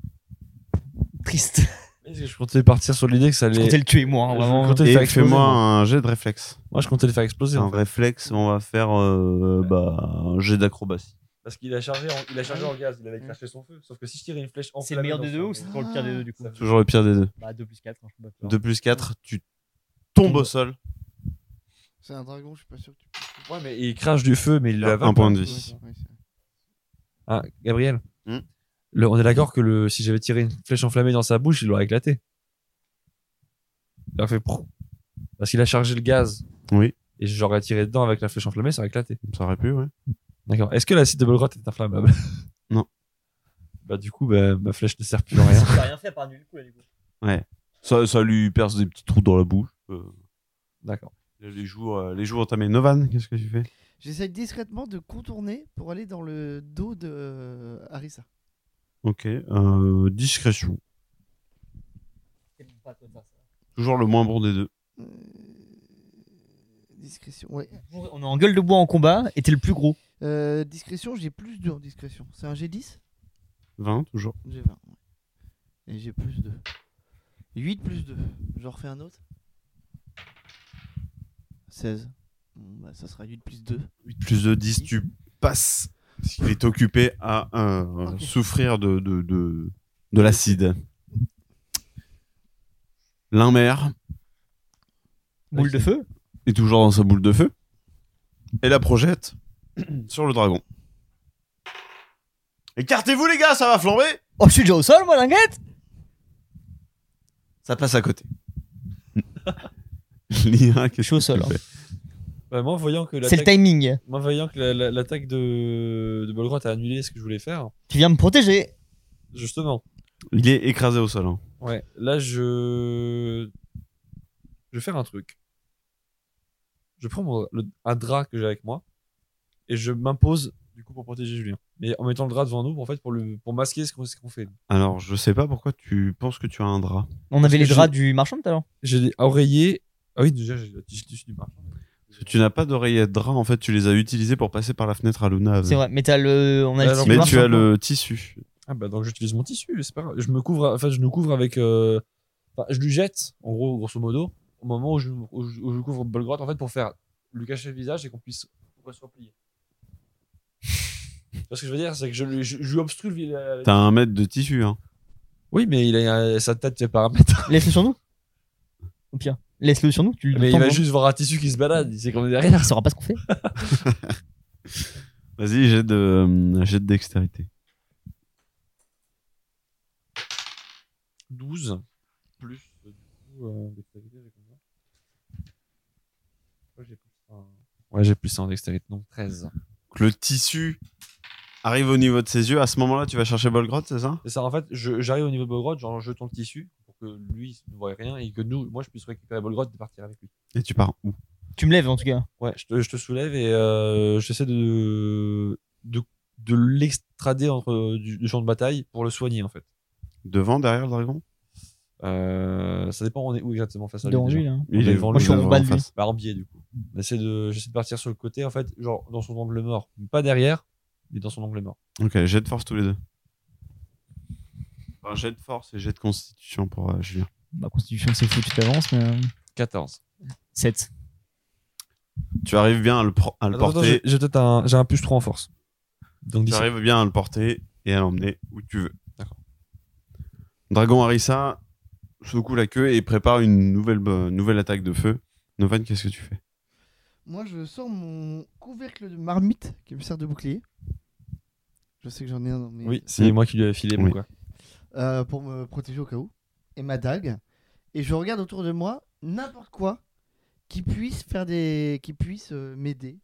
[SPEAKER 3] Triste.
[SPEAKER 1] Je comptais partir sur l'idée que ça
[SPEAKER 3] Je
[SPEAKER 1] allait.
[SPEAKER 3] comptais le tuer moi, hein,
[SPEAKER 1] Je
[SPEAKER 3] vraiment.
[SPEAKER 1] comptais- Ça le fait
[SPEAKER 2] Et
[SPEAKER 1] exploser,
[SPEAKER 2] fais-moi
[SPEAKER 1] moi.
[SPEAKER 2] un jet de réflexe.
[SPEAKER 1] Moi, je comptais le faire exploser.
[SPEAKER 2] Un
[SPEAKER 1] en fait.
[SPEAKER 2] réflexe, on va faire euh, bah, un jet d'acrobatie.
[SPEAKER 1] Parce qu'il a chargé, en, il a chargé en gaz, il avait craché son feu. Sauf que si je tirais une flèche en
[SPEAKER 3] Ah Mm. C'est le meilleur des deux ou c'est toujours le pire des deux du coup
[SPEAKER 2] Toujours le pire des deux.
[SPEAKER 3] Bah 2 plus 4.
[SPEAKER 2] 2 plus 4, tu tombes au sol.
[SPEAKER 4] C'est un dragon, je suis pas sûr que tu
[SPEAKER 1] Ouais, mais il crache du feu, mais il
[SPEAKER 2] Un
[SPEAKER 1] l'a pas.
[SPEAKER 2] point de
[SPEAKER 4] Ouais,
[SPEAKER 2] vie.
[SPEAKER 4] ouais, c'est-
[SPEAKER 1] Ah, Gabriel.
[SPEAKER 2] Hmm
[SPEAKER 1] Le- on est d'accord que le, si j'avais tiré une flèche enflammée dans sa bouche, il l'aurait éclaté. Il aurait fait prou. Parce qu'il a chargé le gaz.
[SPEAKER 2] Oui.
[SPEAKER 1] Et j'aurais tiré dedans avec la flèche enflammée, ça aurait éclaté.
[SPEAKER 2] Ça aurait pu, ouais.
[SPEAKER 1] D'accord. Est-ce que l'acide de Belgrotte est inflammable
[SPEAKER 2] Non.
[SPEAKER 1] Bah, du coup, bah, ma flèche ne sert plus à rien.
[SPEAKER 3] T'as rien fait à part du coup là du coup.
[SPEAKER 2] Ça, ça lui perce des petits trous dans la bouche. euh,
[SPEAKER 1] D'accord.
[SPEAKER 2] Là, Les joues, euh, les joues entamées. Novan, qu'est-ce que tu fais
[SPEAKER 4] J'essaye discrètement de contourner pour aller dans le dos de euh, Arisa.
[SPEAKER 2] Ok. euh, discrétion.
[SPEAKER 3] C'est pas toi, ça, ça.
[SPEAKER 2] Toujours le moins bon des deux.
[SPEAKER 4] Euh, Discrétion, ouais.
[SPEAKER 3] On est en gueule de bois en combat et t'es le plus gros.
[SPEAKER 4] Euh, discrétion, j'ai plus 2 en discrétion. C'est un G10
[SPEAKER 2] 20, toujours.
[SPEAKER 4] J'ai 20. ouais. Et j'ai plus 2. 8 plus 2. J'en refais un autre 16. Bon, bah, ça sera 8 plus 2.
[SPEAKER 2] 8 plus 2, 10, tu passes. Parce qu'il est occupé à euh,
[SPEAKER 4] Ok.
[SPEAKER 2] souffrir de, de, de, de l'acide. L'inmère
[SPEAKER 3] Boule de feu
[SPEAKER 2] est toujours dans sa boule de feu et la projette sur le dragon. Écartez-vous, les gars, ça va flamber
[SPEAKER 3] Oh, je suis déjà au sol moi, linguette
[SPEAKER 2] Ça passe à côté. L'IA,
[SPEAKER 3] Je
[SPEAKER 2] qu'est-ce
[SPEAKER 3] suis au
[SPEAKER 2] que tu
[SPEAKER 3] sol, hein.
[SPEAKER 2] fais
[SPEAKER 1] Bah, moi, voyant que
[SPEAKER 3] C'est le
[SPEAKER 1] l'attaque
[SPEAKER 3] timing.
[SPEAKER 1] moi, voyant que la- la- l'attaque de, de Belgrotte a annulé ce que je voulais faire,
[SPEAKER 3] Tu viens me protéger.
[SPEAKER 1] justement,
[SPEAKER 2] Il est écrasé au sol. hein.
[SPEAKER 1] Ouais, là je. Je vais faire un truc. Je prends mon- le- un drap que j'ai avec moi et je m'impose du coup pour protéger Julien. Mais en mettant le drap devant nous pour, en fait, pour, le, pour masquer ce qu'on ce qu'on fait.
[SPEAKER 2] Alors, je sais pas pourquoi tu penses que tu as un drap.
[SPEAKER 3] On avait les
[SPEAKER 1] que
[SPEAKER 3] draps du marchand tout à l'heure.
[SPEAKER 1] J'ai des- oreiller Ah oui, déjà, j'ai la tige dessus du marchand.
[SPEAKER 2] Parce que tu n'as pas d'oreillette drap, en fait, tu les as utilisées pour passer par la fenêtre à Luna.
[SPEAKER 3] C'est vrai, mais t'as le. On a
[SPEAKER 1] Alors,
[SPEAKER 3] le
[SPEAKER 2] Mais
[SPEAKER 3] petit
[SPEAKER 2] tu
[SPEAKER 3] marchand.
[SPEAKER 2] as le tissu.
[SPEAKER 1] Ah bah donc j'utilise mon tissu, c'est pas grave. Je me couvre, enfin je nous couvre avec, euh, enfin, je lui jette, en gros, grosso modo, au moment où je, où je, où je couvre Bolgrot, en fait, pour faire lui cacher le visage et qu'on puisse qu'on soit plié. Tu vois ce que je veux dire, c'est que je, lui- je, je lui obstrue le visage.
[SPEAKER 2] T'as un mètre de tissu, hein.
[SPEAKER 1] Oui, mais il a euh, sa tête fait par un mètre.
[SPEAKER 3] Laisse-le sur nous. Au pire. Laisse-le sur nous. Tu lui
[SPEAKER 1] Mais il
[SPEAKER 3] tends,
[SPEAKER 1] va
[SPEAKER 3] hein.
[SPEAKER 1] juste voir un tissu qui se balade, il sait qu'on est derrière.
[SPEAKER 3] Il saura pas ce qu'on fait.
[SPEAKER 2] Vas-y, j'ai de, euh, jet de dextérité.
[SPEAKER 1] 12 plus euh, du coup euh, dextérité j'ai combien Ouais, j'ai plus un- Ouais, j'ai plus ça en dextérité, donc 13.
[SPEAKER 2] Donc, Le tissu arrive au niveau de ses yeux. À ce moment-là, tu vas chercher Bolgrot, c'est ça
[SPEAKER 1] C'est ça, en fait, je- j'arrive au niveau de Bolgrot, genre je tends le tissu pour que lui il ne voit rien et que nous, moi je puisse récupérer Bolgrot et partir avec lui.
[SPEAKER 2] Et tu pars où
[SPEAKER 3] Tu me lèves en tout cas.
[SPEAKER 1] Ouais, je te, je te soulève et euh, j'essaie de, de, de l'extrader entre du, du champ de bataille pour le soigner en fait.
[SPEAKER 2] Devant, derrière le dragon
[SPEAKER 1] Euh, ça dépend on est où exactement face à lui.
[SPEAKER 3] Devant
[SPEAKER 1] déjà.
[SPEAKER 3] lui, là. hein.
[SPEAKER 1] Il est devant
[SPEAKER 3] Moi, je suis en
[SPEAKER 2] devant,
[SPEAKER 3] bas de lui.
[SPEAKER 2] face.
[SPEAKER 1] Bah, en biais du coup. On essaie de, j'essaie de partir sur le côté en fait, genre dans son angle mort, Mais pas derrière, mais dans son angle mort.
[SPEAKER 2] Ok, jet de force tous les deux. Enfin, jet de force et jet de constitution pour euh, Julien.
[SPEAKER 3] Ma constitution, c'est fou, tu t'avances, mais. euh,
[SPEAKER 1] 14.
[SPEAKER 3] 7.
[SPEAKER 2] Tu arrives bien à le, pro- à le
[SPEAKER 1] Attends, attends,
[SPEAKER 2] porter.
[SPEAKER 1] j'ai j'ai peut-être un, j'ai un plus 3 en force. Donc
[SPEAKER 2] Tu
[SPEAKER 1] 17.
[SPEAKER 2] arrives bien à le porter et à l'emmener où tu veux.
[SPEAKER 1] D'accord.
[SPEAKER 2] Dragon Harissa secoue la queue et prépare une nouvelle, euh, nouvelle attaque de feu. Novan, qu'est-ce que tu fais
[SPEAKER 4] Moi, je sors mon couvercle de marmite qui me sert de bouclier. Je sais que j'en ai un dans mes...
[SPEAKER 1] Oui, c'est
[SPEAKER 2] Mm.
[SPEAKER 1] moi qui lui ai filé. mon
[SPEAKER 2] Oui.
[SPEAKER 1] quoi.
[SPEAKER 4] Euh, pour me protéger au cas où. Et ma dague. Et je regarde autour de moi n'importe quoi qui puisse faire des, qui puisse euh, m'aider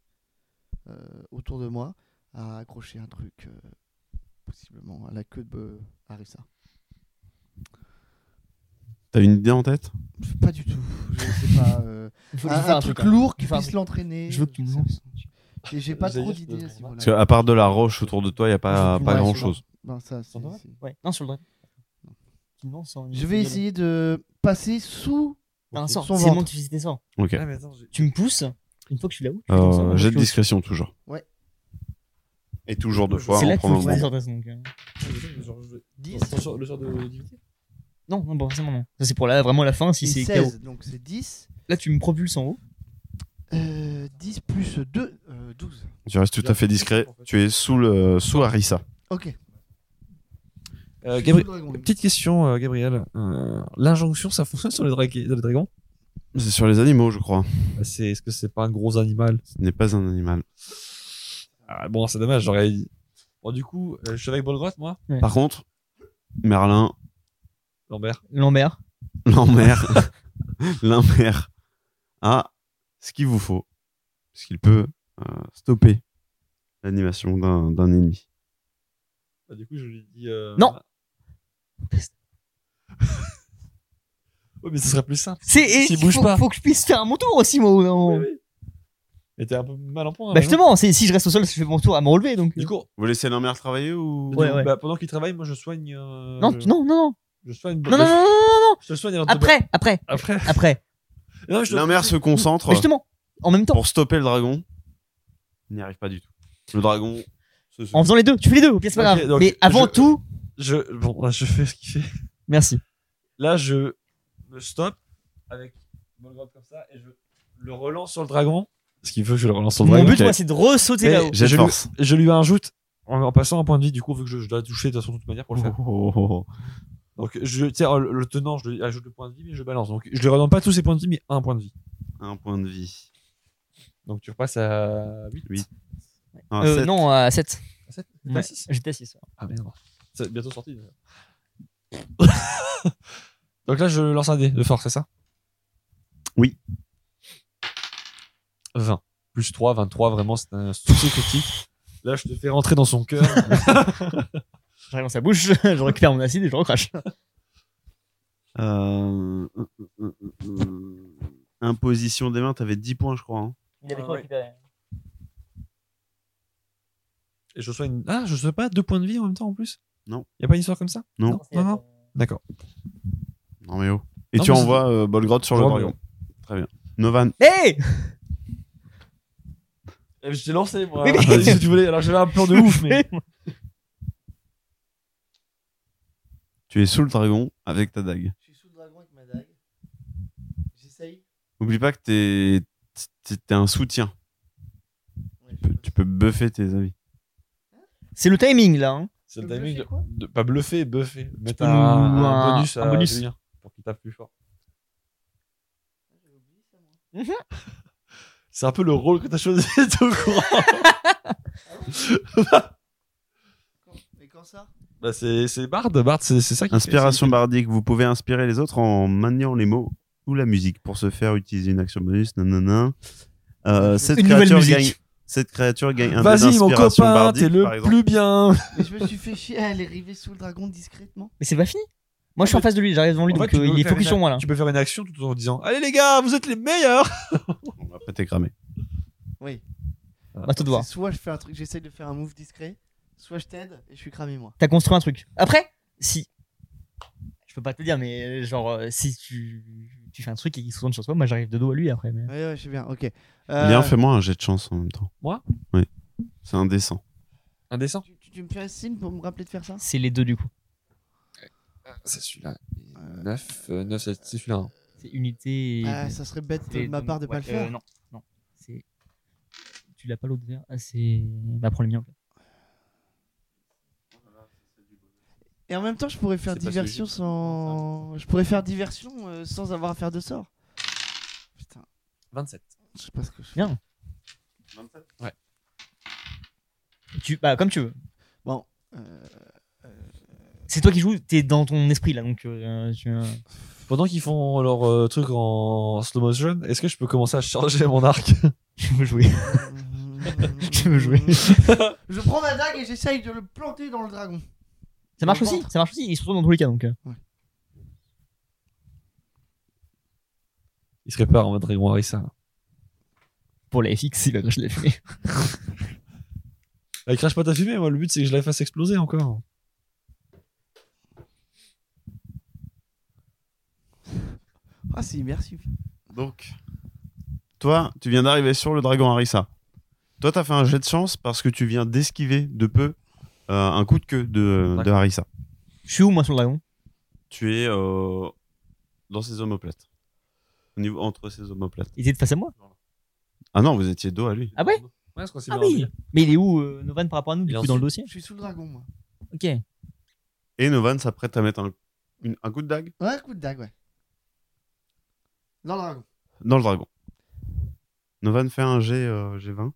[SPEAKER 4] euh, autour de moi à accrocher un truc, euh, possiblement à la queue de euh, Harissa.
[SPEAKER 2] T'as une idée en tête
[SPEAKER 4] Pas du tout. Je sais pas. euh,
[SPEAKER 3] Il faut
[SPEAKER 4] un,
[SPEAKER 3] il faut faire
[SPEAKER 4] un
[SPEAKER 3] un
[SPEAKER 4] truc
[SPEAKER 3] truc. hein.
[SPEAKER 4] lourd qui
[SPEAKER 3] Faut faire un
[SPEAKER 4] puisse
[SPEAKER 3] truc.
[SPEAKER 4] l'entraîner.
[SPEAKER 3] Je veux que tu me
[SPEAKER 4] sais
[SPEAKER 3] lances.
[SPEAKER 4] rien. Et j'ai pas
[SPEAKER 1] J'allais
[SPEAKER 4] trop
[SPEAKER 1] dire, je
[SPEAKER 4] d'idées
[SPEAKER 1] peux
[SPEAKER 4] à ce
[SPEAKER 1] le
[SPEAKER 4] niveau-là.
[SPEAKER 2] Parce qu'à part de la roche autour de toi, il n'y a pas,
[SPEAKER 4] Je
[SPEAKER 2] pas
[SPEAKER 4] vois, je
[SPEAKER 2] grand-chose.
[SPEAKER 4] Non, ça, c'est-
[SPEAKER 1] T'en auras
[SPEAKER 4] c'est-
[SPEAKER 3] Ouais, non, sur le droit. Tu me lances en-
[SPEAKER 4] Je vais essayer de passer sous.
[SPEAKER 3] T'as un sort,
[SPEAKER 4] Son
[SPEAKER 3] c'est mon
[SPEAKER 4] ventre.
[SPEAKER 3] qui fait tes sorts.
[SPEAKER 2] Ok.
[SPEAKER 1] Ah, mais attends, j'ai-
[SPEAKER 3] Tu me pousses, une fois que je suis là-haut, tu fais comme ça,
[SPEAKER 2] Euh,
[SPEAKER 3] moi, je
[SPEAKER 2] jet de
[SPEAKER 3] suis
[SPEAKER 2] discrétion toujours.
[SPEAKER 4] Ouais.
[SPEAKER 2] Et toujours deux
[SPEAKER 1] C'est
[SPEAKER 2] fois
[SPEAKER 3] C'est
[SPEAKER 2] en
[SPEAKER 3] là que tu
[SPEAKER 2] prenant
[SPEAKER 3] me
[SPEAKER 2] hein, le
[SPEAKER 3] fais
[SPEAKER 2] moment.
[SPEAKER 3] tes sorts, donc. euh.
[SPEAKER 1] genre, je-
[SPEAKER 4] 10.
[SPEAKER 1] Le sort- le sort de divinité
[SPEAKER 3] Non, non, bon, c'est bon, non. Ça, c'est pour la, vraiment la fin, si
[SPEAKER 4] et
[SPEAKER 3] c'est KO.
[SPEAKER 4] 16, donc c'est 10.
[SPEAKER 3] Là, tu me propulses en haut.
[SPEAKER 4] Euh, 10 plus euh, 2, 12.
[SPEAKER 2] Tu restes tout à fait discret. Tu es sous, le, sous Harissa.
[SPEAKER 4] Ok.
[SPEAKER 1] Euh,
[SPEAKER 4] Je suis
[SPEAKER 1] Gabri-
[SPEAKER 4] sous le dragon, donc.
[SPEAKER 1] Petite question, euh, Gabriel. Euh, L'injonction, ça fonctionne sur les, dra- les dragons
[SPEAKER 2] C'est sur les animaux, je crois.
[SPEAKER 1] Bah, c'est- Est-ce que c'est pas un gros animal
[SPEAKER 2] Ce n'est pas un animal.
[SPEAKER 1] Ah, Bon, c'est dommage, j'aurais dit. Bon, du coup, euh, je suis avec Bolgrot, moi
[SPEAKER 2] Par contre, Merlin
[SPEAKER 1] Lambert.
[SPEAKER 3] Lambert.
[SPEAKER 2] l'emmerde, l'emmerde à Ah, ce qu'il vous faut, parce qu'il peut euh, stopper l'animation d'un d'un ennemi.
[SPEAKER 1] Bah, du coup, je lui dis. euh,
[SPEAKER 3] Non.
[SPEAKER 1] Oui, mais ce serait plus simple.
[SPEAKER 3] C'est, et
[SPEAKER 1] S'il
[SPEAKER 3] il
[SPEAKER 1] bouge
[SPEAKER 3] faut,
[SPEAKER 1] pas.
[SPEAKER 3] faut que je puisse faire mon tour aussi, moi, au bout d'un moment.
[SPEAKER 1] Oui, oui. Mais t'es un peu mal en point.
[SPEAKER 3] Bah,
[SPEAKER 1] mais non.
[SPEAKER 3] justement, c'est- si je reste au sol, je fais mon tour à me relever, donc. euh.
[SPEAKER 1] Du coup,
[SPEAKER 2] Vous laissez l'emmerde travailler ou
[SPEAKER 3] Ouais,
[SPEAKER 1] du-
[SPEAKER 3] ouais.
[SPEAKER 1] bah, pendant qu'il travaille, moi je soigne. euh, bah,
[SPEAKER 3] Non,
[SPEAKER 1] je,
[SPEAKER 3] non, non, non,
[SPEAKER 1] Je soigne.
[SPEAKER 3] non, non, non, non, non, non.
[SPEAKER 1] Je te soigne avant de te battre.
[SPEAKER 3] Après, après,
[SPEAKER 1] Après.
[SPEAKER 3] après.
[SPEAKER 1] Non, je te-
[SPEAKER 2] L'emmerde se concentre
[SPEAKER 3] Mais justement, en même temps,
[SPEAKER 2] pour stopper le dragon. Il n'y arrive pas du tout. Le dragon. se- se-
[SPEAKER 3] en faisant les deux, tu fais les deux, au pire, c'est pas
[SPEAKER 1] Ok,
[SPEAKER 3] grave.
[SPEAKER 1] donc,
[SPEAKER 3] Mais avant
[SPEAKER 1] je-
[SPEAKER 3] tout,
[SPEAKER 1] Je... Bon, là, je fais ce qu'il fait.
[SPEAKER 3] merci.
[SPEAKER 1] Là, je me stoppe avec mon grab comme ça et je le relance sur le dragon. Ce qu'il veut, je le relance sur le
[SPEAKER 3] Mon
[SPEAKER 1] dragon.
[SPEAKER 3] but, moi, c'est de ressauter
[SPEAKER 1] Mais
[SPEAKER 3] là-haut.
[SPEAKER 2] Jet de
[SPEAKER 1] je lui-
[SPEAKER 2] force.
[SPEAKER 1] Je lui ajoute, en, en passant un point de vie, du coup, vu que je, je dois toucher de toute façon, de toute manière pour le faire.
[SPEAKER 2] Oh, oh, oh.
[SPEAKER 1] Donc, je, tu sais, en le, le tenant, je lui ajoute le point de vie, mais je balance. Donc, je lui redonne pas tous ses points de vie, mais un point de vie.
[SPEAKER 2] Un point de vie.
[SPEAKER 1] Donc, tu repasses à 8.
[SPEAKER 2] Huit. Ah,
[SPEAKER 3] Euh,
[SPEAKER 2] sept.
[SPEAKER 3] non, à 7.
[SPEAKER 1] À 7
[SPEAKER 3] Ouais. J'étais à 6.
[SPEAKER 1] Ah merde. C'est bientôt sorti. déjà. Donc là, je lance un dé de force, c'est ça
[SPEAKER 2] Oui.
[SPEAKER 1] 20. Plus 3, 23, vraiment, c'est un succès critique. Là, je te fais rentrer dans son cœur.
[SPEAKER 3] J'arrive dans sa bouche, je récupère mon acide et je recrache.
[SPEAKER 2] Euh, euh, euh, euh, euh, Imposition des mains, t'avais 10 points, je crois. hein.
[SPEAKER 3] Il avait
[SPEAKER 1] Ah
[SPEAKER 3] quoi
[SPEAKER 1] ouais.
[SPEAKER 3] récupérer
[SPEAKER 1] Et je soigne. Ah, je sais pas, deux points de vie en même temps en plus
[SPEAKER 2] Non.
[SPEAKER 1] Y a pas une histoire comme ça
[SPEAKER 2] Non.
[SPEAKER 1] Non, non. D'accord.
[SPEAKER 2] Non mais oh. Et
[SPEAKER 1] Non,
[SPEAKER 2] tu
[SPEAKER 1] mais
[SPEAKER 2] envoies euh, Bolgrot sur
[SPEAKER 1] Je
[SPEAKER 2] le
[SPEAKER 1] vois,
[SPEAKER 2] dragon. Très bien. Novan.
[SPEAKER 3] Hey
[SPEAKER 1] Eh, Je t'ai lancé, moi.
[SPEAKER 3] Oui, mais-
[SPEAKER 1] Vas-y, si tu voulais. Alors, j'avais un plan de ouf, mais.
[SPEAKER 2] Tu es sous le dragon avec ta dague.
[SPEAKER 4] Je suis sous le dragon avec ma dague. J'essaye.
[SPEAKER 2] Oublie pas que t'es t'es- t'es un soutien.
[SPEAKER 4] Ouais,
[SPEAKER 2] Tu peux- Tu peux buffer tes amis.
[SPEAKER 3] C'est le timing là. hein.
[SPEAKER 1] C'est
[SPEAKER 4] Le
[SPEAKER 1] le timing
[SPEAKER 4] bluffer,
[SPEAKER 1] de,
[SPEAKER 4] quoi
[SPEAKER 1] de- Pas bluffer, buffer. Mettre
[SPEAKER 3] peux
[SPEAKER 1] un,
[SPEAKER 3] nous-
[SPEAKER 1] un
[SPEAKER 3] un-
[SPEAKER 1] bonus
[SPEAKER 3] un
[SPEAKER 1] à
[SPEAKER 3] bonus.
[SPEAKER 1] Julien pour qu'il tape plus fort.
[SPEAKER 4] J'avais oublié ça, moi.
[SPEAKER 1] C'est un peu le rôle que t'as choisi, t'es au courant.
[SPEAKER 4] Quand... Mais quand ça
[SPEAKER 1] bah, c'est c'est Bard. Bard, c'est c'est ça qui fait-
[SPEAKER 2] Inspiration bardique, vous pouvez inspirer les autres en maniant les mots ou la musique. Pour ce faire, utilisez une action bonus. Nanana. Euh, cette,
[SPEAKER 3] Une nouvelle
[SPEAKER 2] créature
[SPEAKER 3] musique.
[SPEAKER 2] gagne, cette créature gagne un dé
[SPEAKER 1] Vas-y, mon
[SPEAKER 2] d'inspiration
[SPEAKER 1] copain, t'es
[SPEAKER 2] bardique, par
[SPEAKER 1] le
[SPEAKER 2] exemple.
[SPEAKER 1] plus bien.
[SPEAKER 4] Mais je me suis fait chier à aller arriver sous le dragon discrètement.
[SPEAKER 3] Mais c'est pas fini. Moi je suis en face de lui, j'arrive devant lui,
[SPEAKER 1] En fait,
[SPEAKER 3] donc
[SPEAKER 1] tu
[SPEAKER 3] euh,
[SPEAKER 1] peux
[SPEAKER 3] il est
[SPEAKER 1] faire
[SPEAKER 3] focus
[SPEAKER 1] une-
[SPEAKER 3] sur moi là.
[SPEAKER 1] Tu peux faire une action tout en disant Allez, les gars, vous êtes les meilleurs.
[SPEAKER 2] Bon, Après, t'es cramé.
[SPEAKER 4] Oui.
[SPEAKER 3] Va te voir.
[SPEAKER 4] C'est Soit je fais un truc, j'essaye de faire un move discret, soit je t'aide et je suis cramé moi.
[SPEAKER 3] T'as construit un truc. Après, si. Je peux pas te le dire, mais euh, genre, euh, si tu, tu fais un truc et qu'il se tourne sur toi, moi j'arrive de dos à lui après. Mais...
[SPEAKER 4] Ouais, ouais, je sais bien, ok. Euh,
[SPEAKER 2] Bien, fais-moi un jet de chance en même temps.
[SPEAKER 1] Moi
[SPEAKER 2] Oui. C'est indécent.
[SPEAKER 1] Indécent.
[SPEAKER 4] tu, tu- tu me fais un signe pour me rappeler de faire ça
[SPEAKER 3] C'est les deux du coup.
[SPEAKER 1] Ah, C'est celui-là. Euh, 9, 9, c'est celui-là. hein.
[SPEAKER 3] C'est unité. et-
[SPEAKER 4] Ah, ça serait bête de
[SPEAKER 3] et
[SPEAKER 4] ma
[SPEAKER 3] deux-
[SPEAKER 4] part de pas
[SPEAKER 3] ouais,
[SPEAKER 4] le faire.
[SPEAKER 3] euh, non, non. C'est. Tu l'as pas l'autre verre Ah, c'est. Bah, prends le mien. en fait.
[SPEAKER 4] Et en même temps, je pourrais faire
[SPEAKER 1] C'est pas
[SPEAKER 4] diversion sans. Je pourrais faire diversion euh, sans avoir à faire de sort. Putain,
[SPEAKER 1] 27.
[SPEAKER 4] je sais pas ce que je fais.
[SPEAKER 3] Bien. Tu... Bah, comme tu veux.
[SPEAKER 4] Bon. euh,
[SPEAKER 3] C'est toi qui joues, t'es dans ton esprit là, donc euh, tu. euh,
[SPEAKER 1] Pendant qu'ils font leur euh, truc en slow motion, est-ce que je peux commencer à charger mon arc
[SPEAKER 3] Tu veux jouer. Tu veux jouer.
[SPEAKER 4] Je prends ma dague et j'essaye de le planter dans le dragon.
[SPEAKER 3] Ça marche
[SPEAKER 4] Dans le
[SPEAKER 3] aussi,
[SPEAKER 4] ventre.
[SPEAKER 3] ça marche aussi, il se retourne dans tous les cas donc. euh.
[SPEAKER 1] Il se prépare en mode Dragon Harissa.
[SPEAKER 3] Pour la FX, il va cracher la fumée.
[SPEAKER 1] Elle crache pas ta fumée, moi. Le but, c'est que je la fasse exploser encore.
[SPEAKER 4] Ah, c'est immersif.
[SPEAKER 2] Donc, toi, tu viens d'arriver sur le dragon Harissa. Toi, t'as fait un jet de chance parce que tu viens d'esquiver de peu euh, un coup de queue de, de
[SPEAKER 1] D'accord.
[SPEAKER 2] Harissa.
[SPEAKER 3] Je suis où moi sur le dragon
[SPEAKER 2] Tu es euh, dans ses omoplates. Au niveau, entre ses omoplates.
[SPEAKER 3] Il était face à moi
[SPEAKER 2] Ah non, vous étiez dos à lui.
[SPEAKER 3] Ah ouais
[SPEAKER 1] Ouais, parce qu'on s'est
[SPEAKER 3] Ah
[SPEAKER 1] bien
[SPEAKER 3] oui
[SPEAKER 1] rendu.
[SPEAKER 3] Mais il est où euh, Novan par rapport à nous
[SPEAKER 1] Il
[SPEAKER 3] du
[SPEAKER 1] est
[SPEAKER 3] coup
[SPEAKER 1] en
[SPEAKER 3] dans le
[SPEAKER 1] dessous.
[SPEAKER 3] dossier
[SPEAKER 4] Je suis sous le dragon, moi.
[SPEAKER 3] Ok.
[SPEAKER 2] Et Novan s'apprête à mettre un, une- un coup de dague
[SPEAKER 4] Ouais, coup de dague, ouais. Dans le dragon.
[SPEAKER 2] dans le dragon. Novan fait un G, euh, G20.